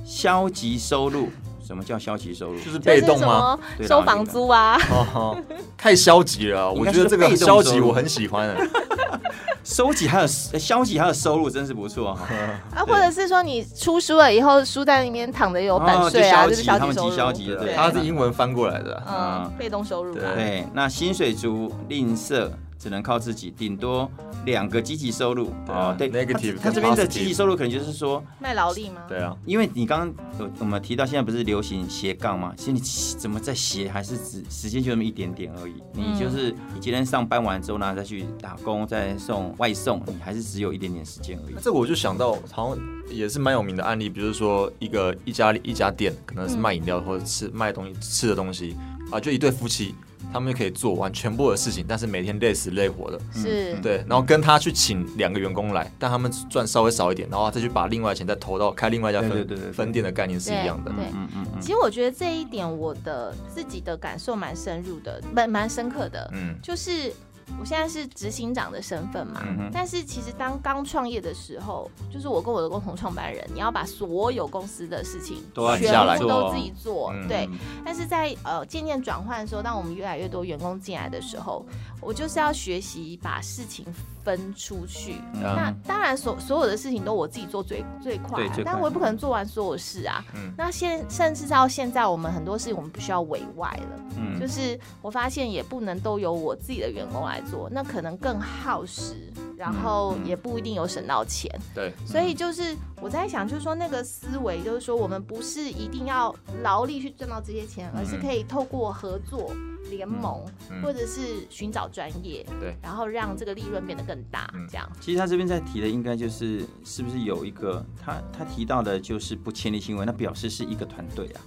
[SPEAKER 3] 消极收入。什么叫消极收入？
[SPEAKER 4] 就是
[SPEAKER 2] 就是
[SPEAKER 4] 被动
[SPEAKER 2] 什
[SPEAKER 4] 吗？
[SPEAKER 2] 么
[SPEAKER 3] 对啦
[SPEAKER 2] 收房租啊，
[SPEAKER 4] 哦， 太消极了啊，
[SPEAKER 3] 应
[SPEAKER 4] 我
[SPEAKER 3] 该
[SPEAKER 4] 觉得
[SPEAKER 3] 是
[SPEAKER 4] 这个
[SPEAKER 3] 被动
[SPEAKER 4] 消
[SPEAKER 3] 收
[SPEAKER 4] 极
[SPEAKER 3] 入
[SPEAKER 4] 我很喜欢的。
[SPEAKER 3] 收集还有呃消极还有收入，真是不错哦哈、
[SPEAKER 2] 啊，或者是说你出书了以后，书单里面躺着有版税啊，
[SPEAKER 3] 哦
[SPEAKER 2] 这
[SPEAKER 3] 就是消极
[SPEAKER 2] 极收入，
[SPEAKER 3] 他们极消极的
[SPEAKER 2] 对，
[SPEAKER 3] 对
[SPEAKER 4] 它是英文翻过来的啊，
[SPEAKER 2] 嗯
[SPEAKER 3] 嗯，
[SPEAKER 2] 被动收入嘛，
[SPEAKER 4] 对
[SPEAKER 3] 对，那薪水族吝啬，只能靠自己，顶多两个积极收入
[SPEAKER 4] 对啊
[SPEAKER 3] 哦。对，
[SPEAKER 4] negative
[SPEAKER 3] 他他这
[SPEAKER 4] 跟
[SPEAKER 3] 边的
[SPEAKER 4] positive
[SPEAKER 3] 积极收入可能就是说。
[SPEAKER 2] 卖劳力吗？
[SPEAKER 4] 对啊，
[SPEAKER 3] 因为你刚刚有我们提到现在不是流行斜杠吗？其实你怎么在斜，还是只时间就那么一点点而已。
[SPEAKER 2] 嗯
[SPEAKER 3] 你就是你今天上班完之后呢，再去打工，再送外送，你还是只有一点点时间而已
[SPEAKER 4] 那。这个我就想到好像也是蛮有名的案例，比如说一个一家一家店，可
[SPEAKER 2] 嗯
[SPEAKER 4] 能是卖饮料或者吃卖东西吃的东西啊，就一对夫妻，他们就可以做完全部的事情，但是每天累死累活的。
[SPEAKER 2] 是，
[SPEAKER 3] 嗯
[SPEAKER 4] 对，然后跟他去请两个员工来，但他们赚稍微少一点，然后再去把另外的钱再投到开另外一家分
[SPEAKER 3] 对对对对
[SPEAKER 4] 分店的概念是一样的。
[SPEAKER 2] 对
[SPEAKER 3] 嗯嗯嗯，
[SPEAKER 2] 其实我觉得这一点我的自己的感受蛮深入的，蛮蛮深刻的，
[SPEAKER 4] 嗯，
[SPEAKER 2] 就是我现在是执行长的身份嘛，
[SPEAKER 3] 嗯哼
[SPEAKER 2] 但是其实当刚创业的时候，就是我跟我的共同创办人，你要把所有公司的事情
[SPEAKER 3] 都要
[SPEAKER 4] 你下来
[SPEAKER 2] 全部都
[SPEAKER 3] 做
[SPEAKER 2] 自己做，
[SPEAKER 4] 嗯
[SPEAKER 2] 对。但是在呃渐渐转换的时候，当我们越来越多员工进来的时候，我就是要学习把事情分出去。
[SPEAKER 3] 嗯
[SPEAKER 2] 那当然所所有的事情都我自己做最最快、
[SPEAKER 3] 对
[SPEAKER 2] 啊
[SPEAKER 3] 最，快
[SPEAKER 2] 但我也不可能做完所有事啊。
[SPEAKER 4] 嗯
[SPEAKER 2] 那现甚至到现在，我们很多事情我们必须要委外了。就
[SPEAKER 3] 嗯，
[SPEAKER 2] 是我发现也不能都由我自己的员工来做，那可能更耗时，然后
[SPEAKER 3] 嗯
[SPEAKER 2] 也不一定有省到钱。
[SPEAKER 4] 对，
[SPEAKER 2] 所以就是我在想，就是说那个思维，就是说我们不是一定要劳力去赚到这些钱，
[SPEAKER 3] 嗯
[SPEAKER 2] 而是可以透过合作、联盟
[SPEAKER 4] 嗯
[SPEAKER 2] 或者是寻找专业，
[SPEAKER 4] 对
[SPEAKER 2] 然后
[SPEAKER 3] 嗯
[SPEAKER 2] 让这个利润变得更大
[SPEAKER 4] 嗯，
[SPEAKER 2] 这样。
[SPEAKER 3] 其实他这边在提的应该就是是不是有一个他他提到的就是不签立新闻，那表示是一个团队啊。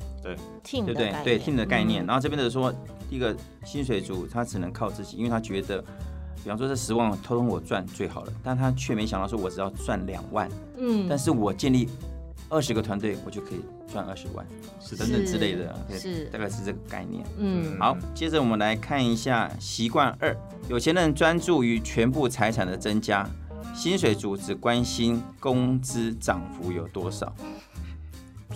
[SPEAKER 2] team
[SPEAKER 3] 对
[SPEAKER 2] 的
[SPEAKER 3] 不对
[SPEAKER 2] 嗯概？
[SPEAKER 3] 对
[SPEAKER 2] 念
[SPEAKER 3] team 的概
[SPEAKER 2] 嗯
[SPEAKER 3] 念。然后这边的说，第一个薪水族他只能靠自己，因为他觉得，比方说这十万我偷偷我赚最好了，但他却没想到说我只要赚两万，
[SPEAKER 2] 嗯，
[SPEAKER 3] 但是我建立二十个团队，我就可以赚二十万，
[SPEAKER 4] 是
[SPEAKER 3] 等等之类的，对
[SPEAKER 2] 是
[SPEAKER 3] 大概是这个概念。
[SPEAKER 2] 嗯
[SPEAKER 4] 嗯
[SPEAKER 3] 好，接着我们来看一下习惯二：有钱人专注于全部财产的增加，薪水族只关心工资涨幅有多少，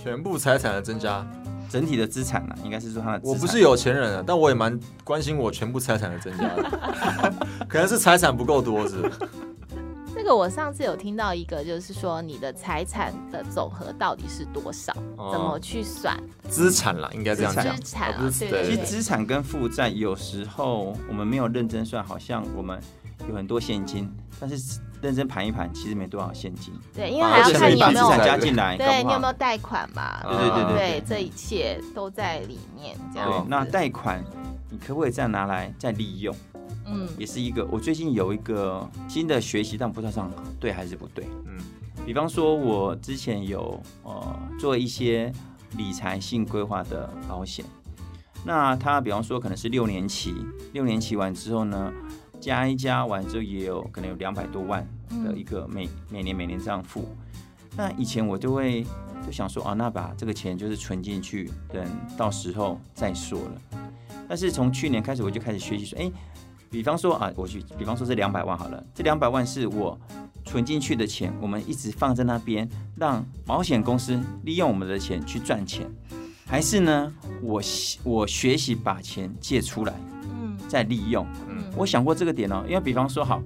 [SPEAKER 4] 全部财产的增加，
[SPEAKER 3] 整体的资产呢、应该是说他的资产。
[SPEAKER 4] 我不是有钱人啊，但我也蛮关心我全部财产的增加的， 可能是财产不够多是不是
[SPEAKER 2] 这个我上次有听到一个，就是说你的财产的总和到底是多少，
[SPEAKER 4] 哦
[SPEAKER 2] 怎么去算？
[SPEAKER 4] 资产啦，应该这样讲，
[SPEAKER 2] 资产啊
[SPEAKER 4] 而不是
[SPEAKER 2] 对
[SPEAKER 3] 其
[SPEAKER 4] 对
[SPEAKER 3] 实哦资产跟负债有时候我们没有认真算，好像我们有很多现金，但是认真盘一盘，其实没多少哦现金。
[SPEAKER 2] 对，因为
[SPEAKER 4] 啊
[SPEAKER 2] 还要
[SPEAKER 4] 这是
[SPEAKER 2] 看
[SPEAKER 4] 一
[SPEAKER 2] 你有
[SPEAKER 3] 把
[SPEAKER 4] 笔
[SPEAKER 2] 没
[SPEAKER 3] 资
[SPEAKER 2] 有
[SPEAKER 3] 产加进来，
[SPEAKER 2] 对
[SPEAKER 3] 搞
[SPEAKER 2] 你
[SPEAKER 3] 不
[SPEAKER 2] 有没有
[SPEAKER 3] 好。
[SPEAKER 2] 贷款嘛？
[SPEAKER 4] 对
[SPEAKER 3] 哦对对对
[SPEAKER 2] 对
[SPEAKER 3] 对
[SPEAKER 2] 这一切都在里面，这样
[SPEAKER 3] 对
[SPEAKER 2] 子。，
[SPEAKER 3] 那贷款你可不可以再拿来再利用？
[SPEAKER 2] 嗯
[SPEAKER 3] 也是一个，我最近有一个新的学习，但不知道这样对还是不对。
[SPEAKER 4] 嗯
[SPEAKER 3] 比方说，我之前有呃做一些理财性规划的保险，那它比方说可能是六年期，六年期完之后呢，加一加完之后也有可能有两百多万的一个每、每年每年这样付。那以前我就会就想说啊，那把这个钱就是存进去，等到时候再说了。但是从去年开始，我就开始学习说，哎，比方说啊，我去，比方说这两百万好了，这两百万是我存进去的钱，我们一直放在那边，让保险公司利用我们的钱去赚钱，还是呢，我习我学习把钱借出来
[SPEAKER 2] 嗯
[SPEAKER 3] 再利用？
[SPEAKER 2] 嗯
[SPEAKER 3] 我想过这个点哦，因为比方说好，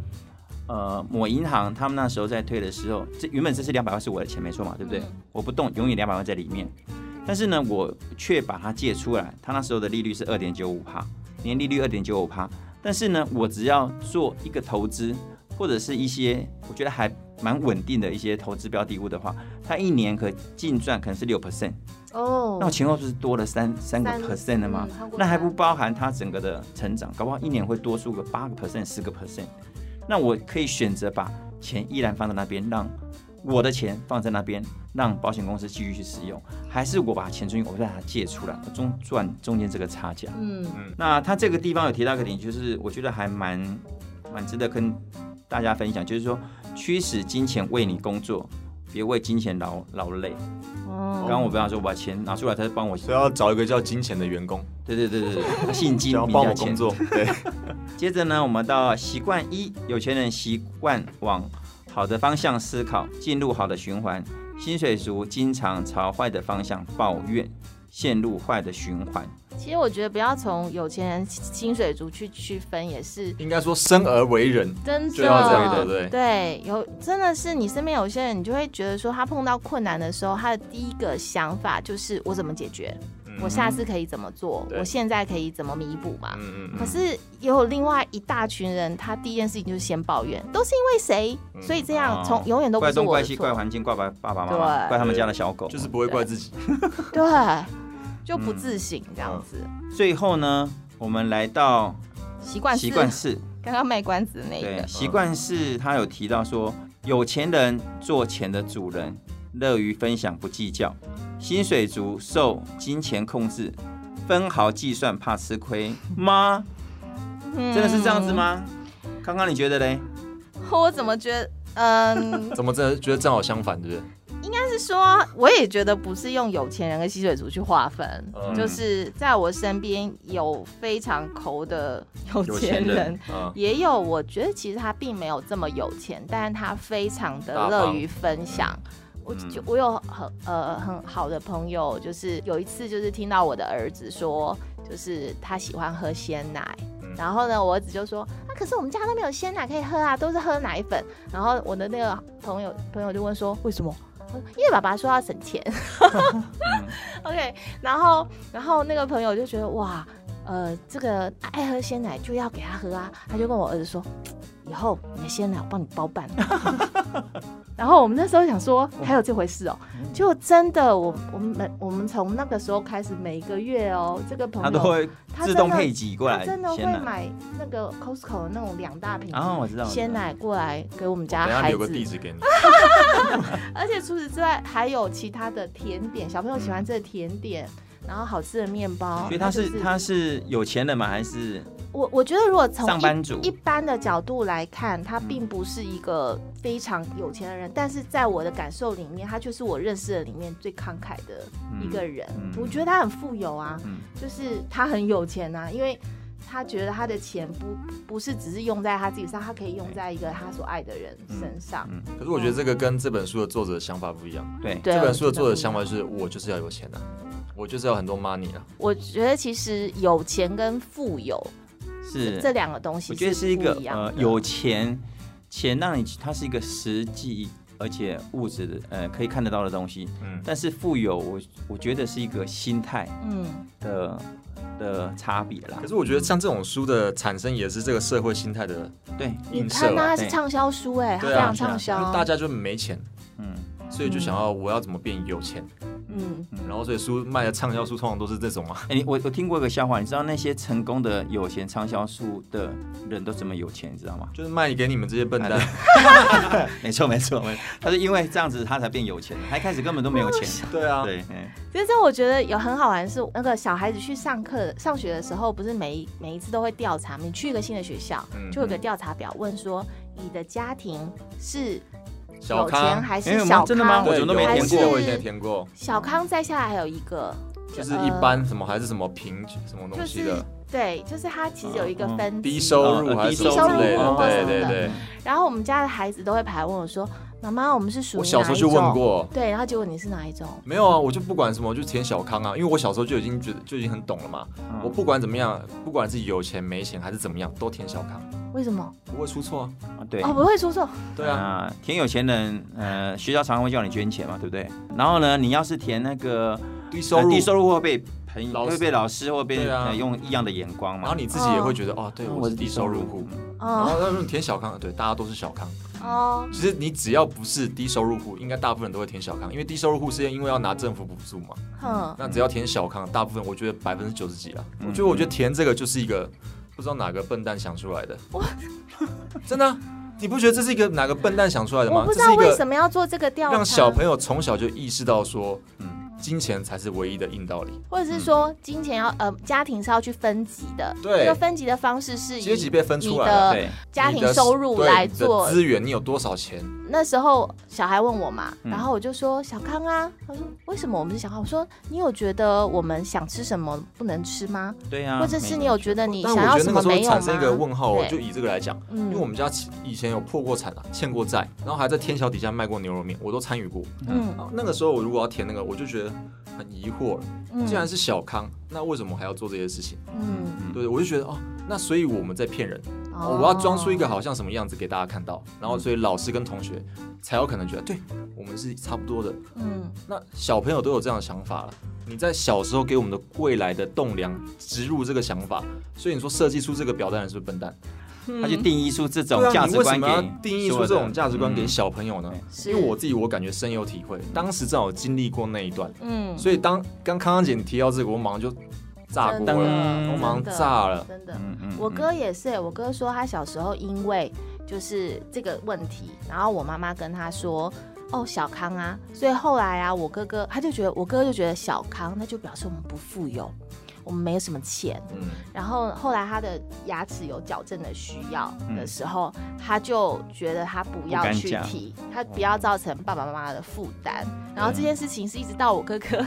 [SPEAKER 3] 呃，某银行他们那时候在推的时候，这原本这是两百万是我的钱没错嘛，对不对？
[SPEAKER 2] 嗯
[SPEAKER 3] 我不动，永远两百万在里面，但是呢，我却把它借出来，它那时候的利率是二点九五帕，年利率二点九五帕，但是呢，我只要做一个投资或者是一些我觉得还蛮稳定的一些投资标的物的话，它一年可净赚可能是六 percent，
[SPEAKER 5] 哦
[SPEAKER 3] 那我前后不是多了三三个 percent 了吗
[SPEAKER 5] 嗯超？过
[SPEAKER 3] 那还不
[SPEAKER 5] 三
[SPEAKER 3] 包含它整个的成长，搞不好一年会多出个八个 percent、十个 percent。那我可以选择把钱依然放在那边，让我的钱放在那边，让保险公司继续去使用，还是我把钱存进去，我再把它借出来，我中赚中间这个差价。
[SPEAKER 5] 嗯，
[SPEAKER 3] 那他这个地方有提到一个点，就是我觉得还蛮蛮值得跟大家分享，就是说驱使金钱为你工作，别为金钱劳劳累。
[SPEAKER 2] 哦
[SPEAKER 3] 刚刚我不要说我把钱拿出来，他就帮我
[SPEAKER 4] 所以要找一个叫金钱的员工，
[SPEAKER 3] 对对对对对，信金
[SPEAKER 4] 想要
[SPEAKER 3] 比
[SPEAKER 4] 帮
[SPEAKER 3] 较
[SPEAKER 4] 我
[SPEAKER 3] 钱
[SPEAKER 4] 工。作。对，
[SPEAKER 3] 接着呢，我们到习惯一，有钱人习惯往好的方向思考，进入好的循环；薪水族经常朝坏的方向抱怨，陷入坏的循环。
[SPEAKER 2] 其实我觉得不要从有钱人薪水族去区分，也是
[SPEAKER 4] 应该说生而为人，
[SPEAKER 2] 真
[SPEAKER 4] 就要这样，对
[SPEAKER 2] 的
[SPEAKER 4] 不。对？
[SPEAKER 2] 对，有真的是你身边有些人，你就会觉得说，他碰到困难的时候，他的第一个想法就是我怎么解决，
[SPEAKER 4] 嗯
[SPEAKER 2] 我下次可以怎么做，
[SPEAKER 4] 对
[SPEAKER 2] 我现在可以怎么弥补嘛。
[SPEAKER 4] 嗯嗯
[SPEAKER 2] 可是也有另外一大群人，他第一件事情就是先抱怨，都是因为谁，所以这样
[SPEAKER 3] 哦
[SPEAKER 2] 从永远都不
[SPEAKER 3] 怪
[SPEAKER 2] 是
[SPEAKER 3] 东
[SPEAKER 2] 我
[SPEAKER 3] 怪
[SPEAKER 2] 的
[SPEAKER 3] 西，怪
[SPEAKER 2] 错，
[SPEAKER 3] 环境，怪爸爸爸妈妈，
[SPEAKER 2] 对
[SPEAKER 3] 怪他们家的小狗。
[SPEAKER 4] 就是不会怪自己。
[SPEAKER 2] 对，就不自省这样子。
[SPEAKER 3] 最后呢，我们来到
[SPEAKER 2] 习惯
[SPEAKER 3] 习
[SPEAKER 2] 是
[SPEAKER 3] 惯四，
[SPEAKER 2] 刚刚卖关子的嗯那
[SPEAKER 3] 对
[SPEAKER 2] 个，
[SPEAKER 3] 习惯是他有提到说，有钱人做钱的主人，乐于分享不计较；薪水族受金钱控制，分毫计算怕吃亏吗？
[SPEAKER 2] 嗯
[SPEAKER 3] 真的是这样子？吗？刚刚你觉得嘞？
[SPEAKER 2] 我怎么觉得？嗯，
[SPEAKER 4] 怎么真的觉得正好相反，对不对？
[SPEAKER 2] 是说，我也觉得不是用有钱人跟吸水族去划分，
[SPEAKER 4] 嗯
[SPEAKER 2] 就是在我身边有非常抠的有
[SPEAKER 3] 有
[SPEAKER 2] 钱
[SPEAKER 3] 钱
[SPEAKER 2] 人，
[SPEAKER 3] 人
[SPEAKER 4] 嗯，
[SPEAKER 2] 也有我觉得其实他并没有这么有钱，但是他非常的
[SPEAKER 4] 大
[SPEAKER 2] 乐
[SPEAKER 4] 方嗯
[SPEAKER 2] 于分享。我就我有很呃很好的朋友，就是有一次就是听到我的儿子说，就是他喜欢喝鲜奶，
[SPEAKER 4] 嗯
[SPEAKER 2] 然后呢，我儿子就说啊，可是我们家都没有鲜奶可以喝啊，都是喝奶粉。然后我的那个朋友朋友就问说为什么？我说因为爸爸说要省钱。OK，然后然后那个朋友就觉得哇，呃，这个爱喝鲜奶就要给他喝啊，他就跟我儿子说，以后你的鲜奶我帮你包办。 然后我们那时候想说，还有这回事哦，
[SPEAKER 3] 嗯
[SPEAKER 2] 就真的，我我们我们从那个时候开始，每一个月哦，这个朋
[SPEAKER 3] 他
[SPEAKER 2] 友
[SPEAKER 3] 都会
[SPEAKER 2] 他
[SPEAKER 3] 自
[SPEAKER 2] 真
[SPEAKER 3] 动
[SPEAKER 2] 的
[SPEAKER 3] 配给过来
[SPEAKER 2] 他真的会
[SPEAKER 3] 鲜奶。
[SPEAKER 2] 买那个 Costco 的那种两大瓶
[SPEAKER 3] 啊，我知道。我知道哦
[SPEAKER 2] 鲜。奶过来给我们家
[SPEAKER 4] 等一下
[SPEAKER 2] 孩
[SPEAKER 4] 留个
[SPEAKER 2] 子，
[SPEAKER 4] 地址给你。
[SPEAKER 2] 而且除此之外还有其他的甜点，小朋友喜欢这个甜点，然后好吃的面包。
[SPEAKER 3] 所以他
[SPEAKER 2] 就是
[SPEAKER 3] 他是有钱人吗？还是
[SPEAKER 2] 我我觉得如果从
[SPEAKER 3] 上班族
[SPEAKER 2] 一一般的角度来看，他并不是一个非常有钱的人，但是在我的感受里面，他却是我认识的里面最慷慨的一个人。
[SPEAKER 3] 嗯嗯
[SPEAKER 2] 我觉得他很富有啊，
[SPEAKER 3] 嗯
[SPEAKER 2] 就是他很有钱啊，因为。他觉得他的钱不不是只是用在他自己上，他可以用在一个他所爱的人身上。
[SPEAKER 3] 嗯
[SPEAKER 4] 可是我觉得这个跟这本书的作者的想法不一样。
[SPEAKER 3] 对？
[SPEAKER 2] 对
[SPEAKER 4] 这
[SPEAKER 2] 啊
[SPEAKER 4] 本书的作者想法就是，我就是要有钱啊，我就是要很多 money 啊。
[SPEAKER 2] 我觉得其实有钱跟富有
[SPEAKER 3] 是
[SPEAKER 2] 这两个东西，
[SPEAKER 3] 我觉得是一个呃
[SPEAKER 2] 呃
[SPEAKER 3] 有钱，钱让你它是一个实际而且物质的呃可以看得到的东西，
[SPEAKER 4] 嗯，
[SPEAKER 3] 但是富有我我觉得是一个心态
[SPEAKER 2] 嗯
[SPEAKER 3] 的的差别啦
[SPEAKER 4] 可。是我觉得像这种书的产生，也是这个社会心态的
[SPEAKER 3] 对，
[SPEAKER 2] 你
[SPEAKER 4] 映
[SPEAKER 2] 看
[SPEAKER 4] 射
[SPEAKER 2] 呐，
[SPEAKER 4] 吧。
[SPEAKER 2] 它是畅销书哎、它
[SPEAKER 4] 对
[SPEAKER 2] 非
[SPEAKER 4] 啊
[SPEAKER 2] 常畅销，
[SPEAKER 4] 因为大家就没钱，
[SPEAKER 3] 嗯，
[SPEAKER 4] 所以就想要我要怎么变有钱，
[SPEAKER 2] 嗯
[SPEAKER 4] 然后所以书卖的畅销书通常都是这种啊。
[SPEAKER 3] 哎、你我我听过一个笑话，你知道那些成功的有钱畅销书的人都怎么有钱，你知道吗？
[SPEAKER 4] 就是卖给你们这些笨蛋，
[SPEAKER 3] 没错没错，没错他是因为这样子他才变有钱的，他一开始根本都没有钱。
[SPEAKER 4] 对啊，
[SPEAKER 3] 对，嗯
[SPEAKER 2] 其实这我觉得有很好玩是，那个小孩子去上课、上学的时候，不是每一每一次都会调查，你去一个新的学校，
[SPEAKER 4] 嗯
[SPEAKER 2] 就有个调查表问说你的家庭是
[SPEAKER 4] 小
[SPEAKER 2] 有钱
[SPEAKER 4] 康，
[SPEAKER 2] 还
[SPEAKER 3] 哎
[SPEAKER 2] 是
[SPEAKER 3] 有吗
[SPEAKER 2] 小康？
[SPEAKER 3] 真的吗
[SPEAKER 4] 对
[SPEAKER 3] 我怎么都没
[SPEAKER 4] 有
[SPEAKER 2] 填过
[SPEAKER 4] 我以前也填过，
[SPEAKER 2] 小康再下来还有一个，呃
[SPEAKER 4] 就是一般什么还是什么平什么东
[SPEAKER 2] 就
[SPEAKER 4] 西
[SPEAKER 2] 是
[SPEAKER 4] 的，
[SPEAKER 2] 对，就是他其实有一个
[SPEAKER 3] 嗯嗯
[SPEAKER 2] 分
[SPEAKER 4] 低
[SPEAKER 2] 级
[SPEAKER 4] 收
[SPEAKER 3] 呃
[SPEAKER 4] 入还是
[SPEAKER 3] 低
[SPEAKER 4] 什么之
[SPEAKER 2] 收
[SPEAKER 4] 类
[SPEAKER 2] 入
[SPEAKER 4] 的，
[SPEAKER 2] 或什
[SPEAKER 4] 对
[SPEAKER 2] 么
[SPEAKER 4] 对
[SPEAKER 2] 的
[SPEAKER 4] 对。
[SPEAKER 2] 然后我们家的孩子都会排问我说：“妈妈，我们是属于
[SPEAKER 4] 我小时候就
[SPEAKER 2] 哪一种
[SPEAKER 4] 问过，
[SPEAKER 2] 对，然后结果你是哪一种？
[SPEAKER 4] 没有啊，我就不管什么，我就填小康啊，因为我小时候就已经觉得就已经很懂了嘛。
[SPEAKER 3] 嗯
[SPEAKER 4] 我不管怎么样，不管是有钱没钱还是怎么样，都填小康，
[SPEAKER 2] 为什么？
[SPEAKER 4] 不会出错啊。
[SPEAKER 3] 啊对
[SPEAKER 2] 哦，不会出错。
[SPEAKER 4] 对啊，
[SPEAKER 3] 啊，填有钱人，呃，学校常常会叫你捐钱嘛，对不对？然后呢，你要是填那个
[SPEAKER 4] 低收入，
[SPEAKER 3] 呃低收入会被很
[SPEAKER 4] 老师
[SPEAKER 3] 会被老师或被、
[SPEAKER 4] 对啊
[SPEAKER 3] 呃用异样的眼光嘛。
[SPEAKER 4] 然后你自己也会觉得哦，对
[SPEAKER 3] 嗯
[SPEAKER 4] 我是低收入户，然
[SPEAKER 2] 哦
[SPEAKER 4] 后他们填小康，对，大家都是小康。
[SPEAKER 2] 哦，
[SPEAKER 4] 其实你只要不是低收入户，应该大部分人都会填小康，因为低收入户是因为要拿政府补助嘛。
[SPEAKER 3] 嗯
[SPEAKER 2] 哼，
[SPEAKER 4] 那只要填小康，大部分我觉得百分之九十几啦。
[SPEAKER 3] 嗯
[SPEAKER 4] 我觉得我觉得填这个就是一个不知道哪个笨蛋想出来的。真的啊、你不觉得这是一个哪个笨蛋想出来的
[SPEAKER 2] 我
[SPEAKER 4] 吗？
[SPEAKER 2] 不知
[SPEAKER 4] 这是
[SPEAKER 2] 道
[SPEAKER 4] 一
[SPEAKER 2] 为
[SPEAKER 4] 个
[SPEAKER 2] 什么要做这个调查，
[SPEAKER 4] 让小朋友从小就意识到说，
[SPEAKER 3] 嗯
[SPEAKER 4] 金钱才是唯一的硬道理。
[SPEAKER 2] 或者是说金钱要呃家庭是要去分级的，
[SPEAKER 4] 嗯对
[SPEAKER 2] 这个分级的方式是以
[SPEAKER 4] 阶级被分出
[SPEAKER 2] 你
[SPEAKER 4] 来了
[SPEAKER 2] 的
[SPEAKER 3] 对，
[SPEAKER 2] 家
[SPEAKER 4] 你
[SPEAKER 2] 庭
[SPEAKER 4] 的
[SPEAKER 2] 收入
[SPEAKER 4] 对
[SPEAKER 2] 来
[SPEAKER 4] 你的
[SPEAKER 2] 做。
[SPEAKER 4] 资源，你有多少钱？
[SPEAKER 2] 那时候小孩问我嘛，
[SPEAKER 3] 嗯
[SPEAKER 2] 然后我就说小康啊，他说为什么我们是小康？我说你有觉得我们想吃什么不能吃吗？
[SPEAKER 3] 对啊，
[SPEAKER 2] 或者是
[SPEAKER 3] 没
[SPEAKER 2] 你有觉得你
[SPEAKER 4] 但
[SPEAKER 2] 想
[SPEAKER 4] 我
[SPEAKER 2] 要什
[SPEAKER 4] 觉得那个
[SPEAKER 2] 么
[SPEAKER 4] 时候
[SPEAKER 2] 没有吗？
[SPEAKER 4] 产生一个问号哦，
[SPEAKER 2] 对
[SPEAKER 4] 就以这个来讲，
[SPEAKER 2] 嗯
[SPEAKER 4] 因为我们家以前有破过产啊，欠过债，然后还在天桥底下卖过牛肉面，我都参与过。
[SPEAKER 2] 嗯
[SPEAKER 4] 啊那个时候我如果要填那个，我就觉得很疑惑了，
[SPEAKER 2] 嗯
[SPEAKER 4] 既然是小康，那为什么还要做这些事情？
[SPEAKER 2] 嗯，
[SPEAKER 3] 嗯
[SPEAKER 4] 对，我就觉得哦，那所以我们在骗人，
[SPEAKER 2] 哦嗯
[SPEAKER 4] 我要装出一个好像什么样子给大家看到，然后所以老师跟同学才有可能觉得对我们是差不多的。
[SPEAKER 2] 嗯
[SPEAKER 4] 那小朋友都有这样的想法了。你在小时候给我们的未来的栋梁植入这个想法，所以你说设计出这个表单的人是不是笨蛋？
[SPEAKER 3] 他
[SPEAKER 2] 嗯
[SPEAKER 3] 就定义出这种
[SPEAKER 4] 对啊
[SPEAKER 3] 价
[SPEAKER 4] 你
[SPEAKER 3] 值
[SPEAKER 4] 为什
[SPEAKER 3] 观
[SPEAKER 4] 么
[SPEAKER 3] 给
[SPEAKER 4] 要定义出这
[SPEAKER 3] 所有
[SPEAKER 4] 种
[SPEAKER 3] 的
[SPEAKER 4] 价值观给
[SPEAKER 3] 嗯
[SPEAKER 4] 小朋友呢？
[SPEAKER 2] 是
[SPEAKER 4] 因为我自己我感觉深有体会，当时正好经历过那一段，
[SPEAKER 2] 嗯
[SPEAKER 4] 所以当刚康康姐你提到这个，我马上就炸
[SPEAKER 2] 真
[SPEAKER 4] 锅
[SPEAKER 2] 的
[SPEAKER 4] 了，
[SPEAKER 3] 嗯
[SPEAKER 4] 我马上
[SPEAKER 2] 真的
[SPEAKER 4] 炸了。
[SPEAKER 2] 真的。
[SPEAKER 3] 嗯嗯
[SPEAKER 2] 我哥也是欸、我哥说他小时候因为就是这个问题，然后我妈妈跟他说。哦，小康啊，所以后来啊，我哥哥他就觉得，我哥就觉得小康，那就表示我们不富有，我们没有什么钱。
[SPEAKER 4] 嗯，
[SPEAKER 2] 然后后来他的牙齿有矫正的需要的时候，他就觉得他不要
[SPEAKER 3] 嗯不敢
[SPEAKER 2] 去
[SPEAKER 3] 讲嗯
[SPEAKER 2] 提，他不要造成爸爸妈妈的负担。然后这件事情是一直到我哥哥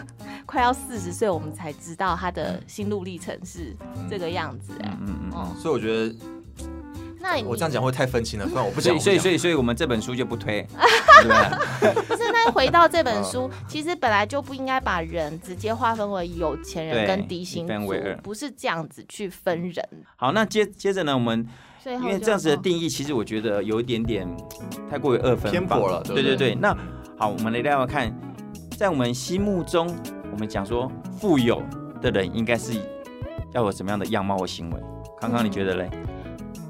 [SPEAKER 2] 快要四十岁，我们才知道他的心路历程是这个样子、哎
[SPEAKER 3] 嗯嗯嗯嗯
[SPEAKER 2] 哦，
[SPEAKER 4] 所以我觉得
[SPEAKER 2] 哎那你
[SPEAKER 4] 我这样讲会太分清了，不然我不
[SPEAKER 3] 嗯所
[SPEAKER 4] 讲。
[SPEAKER 3] 以所以所
[SPEAKER 4] 以
[SPEAKER 3] 以所以我们这本书就不推，对吧？
[SPEAKER 2] 不是，那回到这本 书，
[SPEAKER 3] 嗯
[SPEAKER 2] 其实本来就不应该把人直接划分为有钱
[SPEAKER 3] 对
[SPEAKER 2] 人跟低薪
[SPEAKER 3] 一分
[SPEAKER 2] 族
[SPEAKER 3] 为二，
[SPEAKER 2] 不是这样子去分人。
[SPEAKER 3] 好，那接接着呢，我 们
[SPEAKER 2] 所以
[SPEAKER 3] 因
[SPEAKER 2] 后
[SPEAKER 3] 为
[SPEAKER 2] 就哦
[SPEAKER 3] 这样子的，定义，其实我觉得有一点点太过于二分
[SPEAKER 4] 偏颇了对不
[SPEAKER 3] 对
[SPEAKER 4] 对
[SPEAKER 3] 对对，那好，我们来聊聊看，在我们心目中，我们讲说富有的人应该是要有什么样的样貌或行为？康康，你觉得嘞？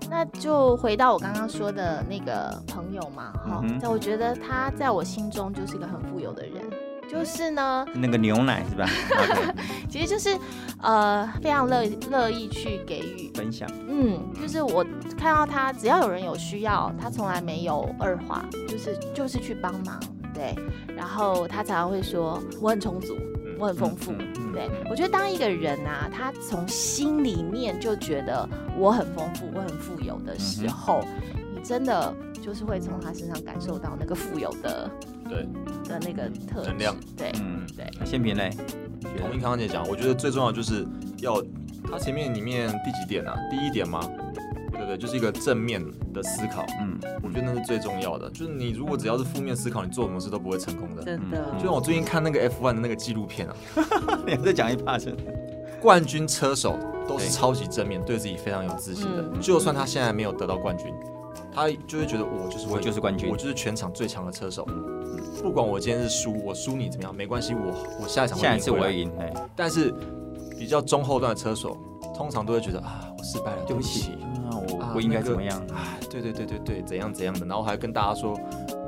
[SPEAKER 2] 那就回到我刚刚说的那个朋友嘛，哈、
[SPEAKER 3] 嗯哼
[SPEAKER 2] 但我觉得他在我心中就是一个很富有的人，就是呢，
[SPEAKER 3] 那个牛奶 是吧 OK，
[SPEAKER 2] 其实就是呃非常乐乐意去给予，
[SPEAKER 3] 分享，
[SPEAKER 2] 嗯，就是我看到他，只要有人有需要，他从来没有二话，就是就是去帮忙，对。然后他常常会说我很充足，我很丰富，
[SPEAKER 3] 嗯
[SPEAKER 4] 嗯
[SPEAKER 2] 对。我觉得当一个人啊，他从心里面就觉得我很丰富，我很富有
[SPEAKER 3] 嗯
[SPEAKER 2] 的时候，你真的就是会从他身上感受到那个富有的
[SPEAKER 4] 对，
[SPEAKER 2] 的那个特质
[SPEAKER 4] 能量，
[SPEAKER 2] 对。
[SPEAKER 3] 嗯，
[SPEAKER 2] 对，
[SPEAKER 3] 宪平嘞，觉
[SPEAKER 4] 同
[SPEAKER 3] 得
[SPEAKER 4] 意康康姐讲，我觉得最重要就是要它前面里面第几点啊？第一点吗？对不对，就是一个正面的思考，
[SPEAKER 3] 嗯，
[SPEAKER 4] 我觉得那是最重要的。就是你如果只要是负面思考，你做什么事都不会成功的。
[SPEAKER 2] 真的，
[SPEAKER 4] 就像我最近看那个 F1 的那个纪录片啊，
[SPEAKER 3] 你再讲一趴是，
[SPEAKER 4] 冠军车手都是
[SPEAKER 3] 对
[SPEAKER 4] 超级正面，对自己非常有自信的。
[SPEAKER 2] 嗯
[SPEAKER 4] 就算他现在没有得到冠军，他就会觉得我就是
[SPEAKER 3] 我就是冠军
[SPEAKER 4] 我就是全场最强的车手。不管我今天是输，我输你怎么样没关系，我我下一场会
[SPEAKER 3] 下一
[SPEAKER 4] 赢
[SPEAKER 3] 次
[SPEAKER 4] 回
[SPEAKER 3] 我
[SPEAKER 4] 来啊
[SPEAKER 3] 要赢，哎，
[SPEAKER 4] 但是比较中后段的车手，通常都会觉得啊，我失败了，
[SPEAKER 3] 对
[SPEAKER 4] 对
[SPEAKER 3] 不
[SPEAKER 4] 不
[SPEAKER 3] 起
[SPEAKER 4] 起。
[SPEAKER 3] 啊，
[SPEAKER 4] 啊
[SPEAKER 3] 我我应该怎么样？
[SPEAKER 4] 哎，对对对对对，怎样怎样的，然后还跟大家说，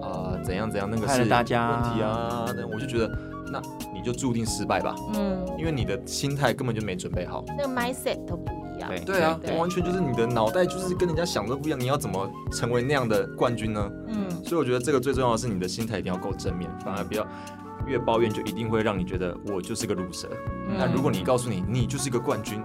[SPEAKER 4] 呃，怎样怎样，那个
[SPEAKER 3] 害了
[SPEAKER 4] 是
[SPEAKER 3] 大家
[SPEAKER 4] 问题啊。那我就觉得，那你就注定失败吧，
[SPEAKER 2] 嗯，
[SPEAKER 4] 因为你的心态根本就没准备好。
[SPEAKER 2] 那个 mindset 都不一样，
[SPEAKER 4] 对啊，
[SPEAKER 2] 对
[SPEAKER 4] 完全就是你的脑袋就是跟人家想的不一样。你要怎么成为那样的冠军呢？
[SPEAKER 2] 嗯，
[SPEAKER 4] 所以我觉得这个最重要的是你的心态一定要够正面，反而不要越抱怨就一定会让你觉得我就是个 loser。那
[SPEAKER 2] 嗯
[SPEAKER 4] 如果你告诉你你就是个冠军，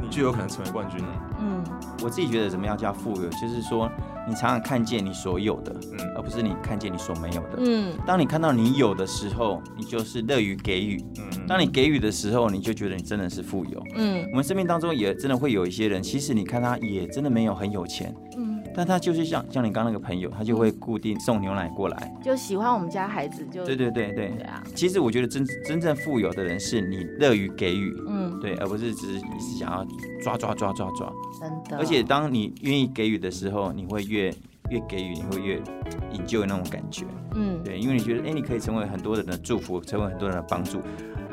[SPEAKER 4] 你就有可能成为冠军了。
[SPEAKER 2] 嗯，
[SPEAKER 3] 我自己觉得怎么样叫富有，就是说你常常看见你所有的，
[SPEAKER 4] 嗯
[SPEAKER 3] 而不是你看见你所没有的。
[SPEAKER 2] 嗯，
[SPEAKER 3] 当你看到你有的时候，你就是乐于给予；
[SPEAKER 4] 嗯
[SPEAKER 3] 当你给予的时候，你就觉得你真的是富有。
[SPEAKER 2] 嗯，
[SPEAKER 3] 我们生命当中也真的会有一些人，其实你看他也真的没有很有钱，
[SPEAKER 2] 嗯，
[SPEAKER 3] 但他就是像像你刚刚那个朋友，他就会固定送牛奶过来。
[SPEAKER 2] 就喜欢我们家孩子就
[SPEAKER 3] 对对对对
[SPEAKER 2] 对。啊，
[SPEAKER 3] 其实我觉得真真正富有的人是你乐于给予，
[SPEAKER 2] 嗯，
[SPEAKER 3] 对，而不是只是一直想要抓抓抓抓抓。
[SPEAKER 2] 真的，
[SPEAKER 3] 而且当你愿意给予的时候，你会越越给予，你会越引咎那种感觉。
[SPEAKER 2] 嗯，
[SPEAKER 3] 对，因为你觉得，哎、你可以成为很多人的祝福，成为很多人的帮助，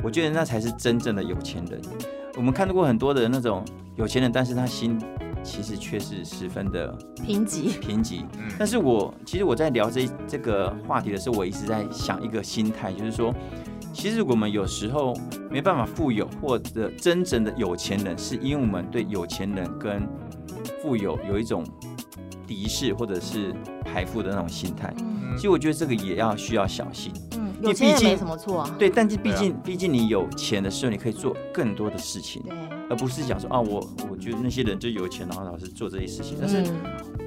[SPEAKER 3] 我觉得那才是真正的有钱人。我们看到过很多的那种有钱人，但是他心其实却是十分的
[SPEAKER 2] 贫瘠，
[SPEAKER 3] 贫瘠。
[SPEAKER 4] 嗯
[SPEAKER 3] 但是我其实我在聊这这个话题的时候，我一直在想一个心态，就是说，其实我们有时候没办法富有或者真正的有钱人，是因为我们对有钱人跟富有有一种敌视或者是排富的那种心态。
[SPEAKER 2] 嗯
[SPEAKER 4] 嗯
[SPEAKER 3] 其实我觉得这个也要需要小心。
[SPEAKER 2] 嗯，
[SPEAKER 3] 为
[SPEAKER 2] 有钱也
[SPEAKER 3] 毕竟
[SPEAKER 2] 没什么错啊，
[SPEAKER 3] 对，但是毕
[SPEAKER 4] 对啊
[SPEAKER 3] 竟、毕竟你有钱的时候，你可以做更多的事情，
[SPEAKER 2] 对，
[SPEAKER 3] 而不是讲说啊，我我觉得那些人就有钱，然后老是做这些事情。但是
[SPEAKER 2] 嗯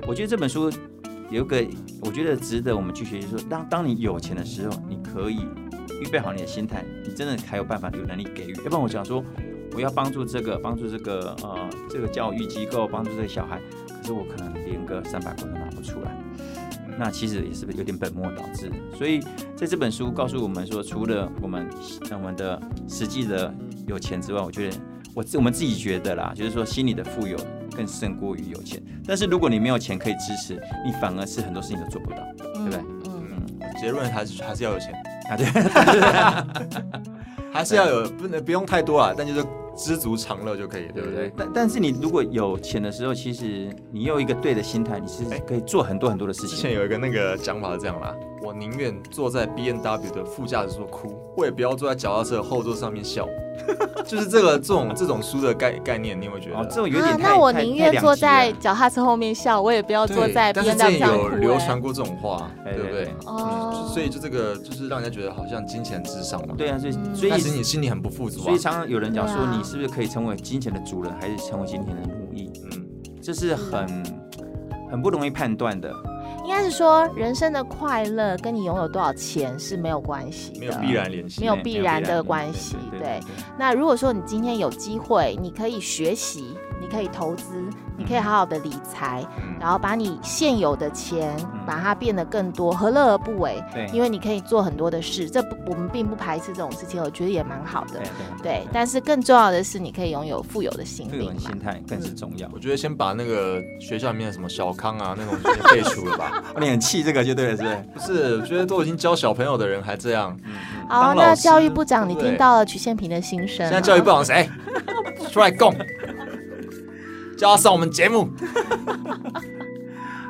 [SPEAKER 3] 我觉得这本书有一个，我觉得值得我们去学习，说当当你有钱的时候，你可以预备好你的心态，你真的才有办法有能力给予。要不然我想说，我要帮助这个，帮助这个，呃，这个教育机构，帮助这个小孩，可是我可能连个三百块都拿不出来。那其实也是有点本末倒置，所以在这本书告诉我们说，除了我们呃我们的实际的有钱之外，我觉得我自我们自己觉得啦，就是说心里的富有更胜过于有钱。但是如果你没有钱可以支持，你反而是很多事情都做不到
[SPEAKER 2] 嗯
[SPEAKER 3] 对
[SPEAKER 2] 嗯
[SPEAKER 4] 结论还是还是要有钱，
[SPEAKER 3] 啊。对，
[SPEAKER 4] 还是要 有不能不用太多啊，但就是知足常乐就可以，对不对？
[SPEAKER 3] 但但是你如果有钱的时候，其实你有一个对的心态，你是可以做很多很多的事
[SPEAKER 4] 之
[SPEAKER 3] 情
[SPEAKER 4] 前。有一个那个讲法是这样啦，我宁愿坐在 B N W 的副驾驶座哭，我也不要坐在脚踏车的后座上面笑。 就是这个这种这种书的概概念，你有没有觉得？
[SPEAKER 3] 哦，这种有
[SPEAKER 2] 啊
[SPEAKER 3] 点太、，
[SPEAKER 2] 那我
[SPEAKER 3] 太
[SPEAKER 2] 宁
[SPEAKER 3] 太
[SPEAKER 2] 愿
[SPEAKER 3] 两
[SPEAKER 2] 坐
[SPEAKER 3] 极了
[SPEAKER 2] 在脚踏车后面笑，我也不要
[SPEAKER 4] 对
[SPEAKER 2] 坐在
[SPEAKER 4] 但
[SPEAKER 2] 边
[SPEAKER 4] 是
[SPEAKER 2] 道
[SPEAKER 4] 之前
[SPEAKER 2] 上哭
[SPEAKER 4] 有
[SPEAKER 2] 欸。
[SPEAKER 4] 流传过这种话，
[SPEAKER 3] 哎
[SPEAKER 4] 对不
[SPEAKER 3] 对
[SPEAKER 4] 对？
[SPEAKER 2] 哦，
[SPEAKER 4] 所以就这个就是让人家觉得好像金钱至上嘛。
[SPEAKER 3] 对啊，所以所以
[SPEAKER 4] 但其实你心里很不富足
[SPEAKER 3] 所
[SPEAKER 4] 啊
[SPEAKER 3] 以。常常有人讲说，
[SPEAKER 2] 对啊
[SPEAKER 3] 你是不是可以成为金钱的主人，还是成为金钱的奴役？
[SPEAKER 4] 嗯，
[SPEAKER 3] 这是很很不容易判断的。
[SPEAKER 2] 应该是说人生的快乐跟你拥有多少钱是没有关系
[SPEAKER 4] 没有
[SPEAKER 2] 的。
[SPEAKER 4] 必然联
[SPEAKER 3] 啊
[SPEAKER 4] 系。
[SPEAKER 2] 没有必然的关系
[SPEAKER 3] 对
[SPEAKER 2] 对
[SPEAKER 3] 对
[SPEAKER 2] 那如果说你今天有机会，你可以学习，你可以投资，你可以好好的理财，
[SPEAKER 4] 嗯
[SPEAKER 2] 然后把你现有的钱
[SPEAKER 3] 嗯
[SPEAKER 2] 把它变得更多，何乐而不为？
[SPEAKER 3] 对
[SPEAKER 2] 因为你可以做很多的事，这不我们并不排斥这种事情，我觉得也蛮好的
[SPEAKER 3] 对。
[SPEAKER 2] 对，但是更重要的是，你可以拥有富有的心
[SPEAKER 3] 这
[SPEAKER 2] 灵
[SPEAKER 3] 种
[SPEAKER 2] 嘛
[SPEAKER 3] 心。态更是重要。
[SPEAKER 2] 嗯
[SPEAKER 4] 我觉得先把那个学校里面的什么小康啊那种先废除了吧。
[SPEAKER 3] 哦，你很气这个就对了，是不是？
[SPEAKER 4] 不是，我觉得都已经教小朋友的人还这样。
[SPEAKER 2] 好，
[SPEAKER 4] 当
[SPEAKER 2] 那
[SPEAKER 4] 老师
[SPEAKER 2] 教育部长，你
[SPEAKER 4] 对不对
[SPEAKER 2] 听到了曲宪平的心
[SPEAKER 3] 嗯
[SPEAKER 2] 声啊。
[SPEAKER 4] 现在教育部 长谁？出来供，叫他上我们节目。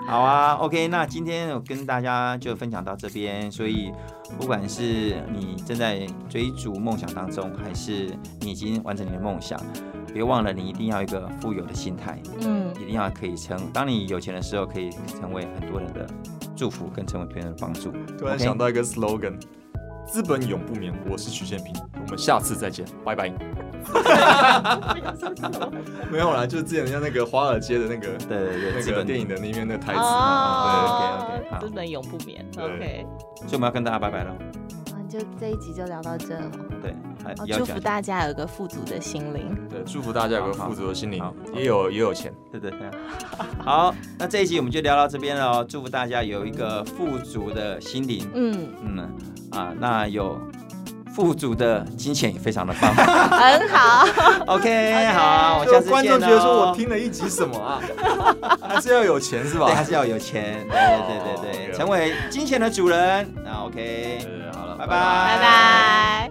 [SPEAKER 3] 好啊，OK，那今天我跟大家就分享到这边，所以不管是你正在追逐梦想当中，还是你已经完成你的梦想，别忘了你一定要有一个富有的心态，
[SPEAKER 2] 嗯，
[SPEAKER 3] 一定要可以成，当你有钱的时候，可以成为很多人的祝福，跟成为别人的帮助。
[SPEAKER 4] 突然
[SPEAKER 3] OK
[SPEAKER 4] 想到一个 slogan：资本永不眠。我是曲建平，我们下次再见，拜拜。没有啦，就是之前人家那个华尔街的那个
[SPEAKER 3] 对对对，
[SPEAKER 4] 那
[SPEAKER 3] 资
[SPEAKER 4] 个
[SPEAKER 3] 本
[SPEAKER 4] 电影的那边的台词嘛，
[SPEAKER 2] 哦
[SPEAKER 3] 对，OK，OK，好
[SPEAKER 2] 资本永不眠。
[SPEAKER 4] 对
[SPEAKER 2] OK，
[SPEAKER 3] 所以我们要跟大家拜拜了。
[SPEAKER 2] 啊就这一集就聊到这了。
[SPEAKER 3] 对，还
[SPEAKER 2] 哦
[SPEAKER 3] 要
[SPEAKER 2] 祝
[SPEAKER 3] 讲
[SPEAKER 2] 福大家有一个富足的心灵。
[SPEAKER 4] 对对，祝福大家有个富足的心灵
[SPEAKER 3] 好，好
[SPEAKER 4] 也有也有钱。
[SPEAKER 3] 对对对。好，那这一集我们就聊到这边了哦，祝福大家有一个富足的心灵，
[SPEAKER 2] 嗯，
[SPEAKER 3] 嗯啊，那有富足的金钱也非常的 棒。
[SPEAKER 2] 很好。
[SPEAKER 3] OK，好，我下次见、哦、
[SPEAKER 4] 观众觉得说我听了一集什么 啊？还是要有钱是吧
[SPEAKER 3] 对，？还是要有钱，对对对对对，
[SPEAKER 4] 哦，OK，OK
[SPEAKER 3] 成为金钱的主人。那 OK，
[SPEAKER 4] 对，好了，
[SPEAKER 3] 拜拜
[SPEAKER 2] 拜拜。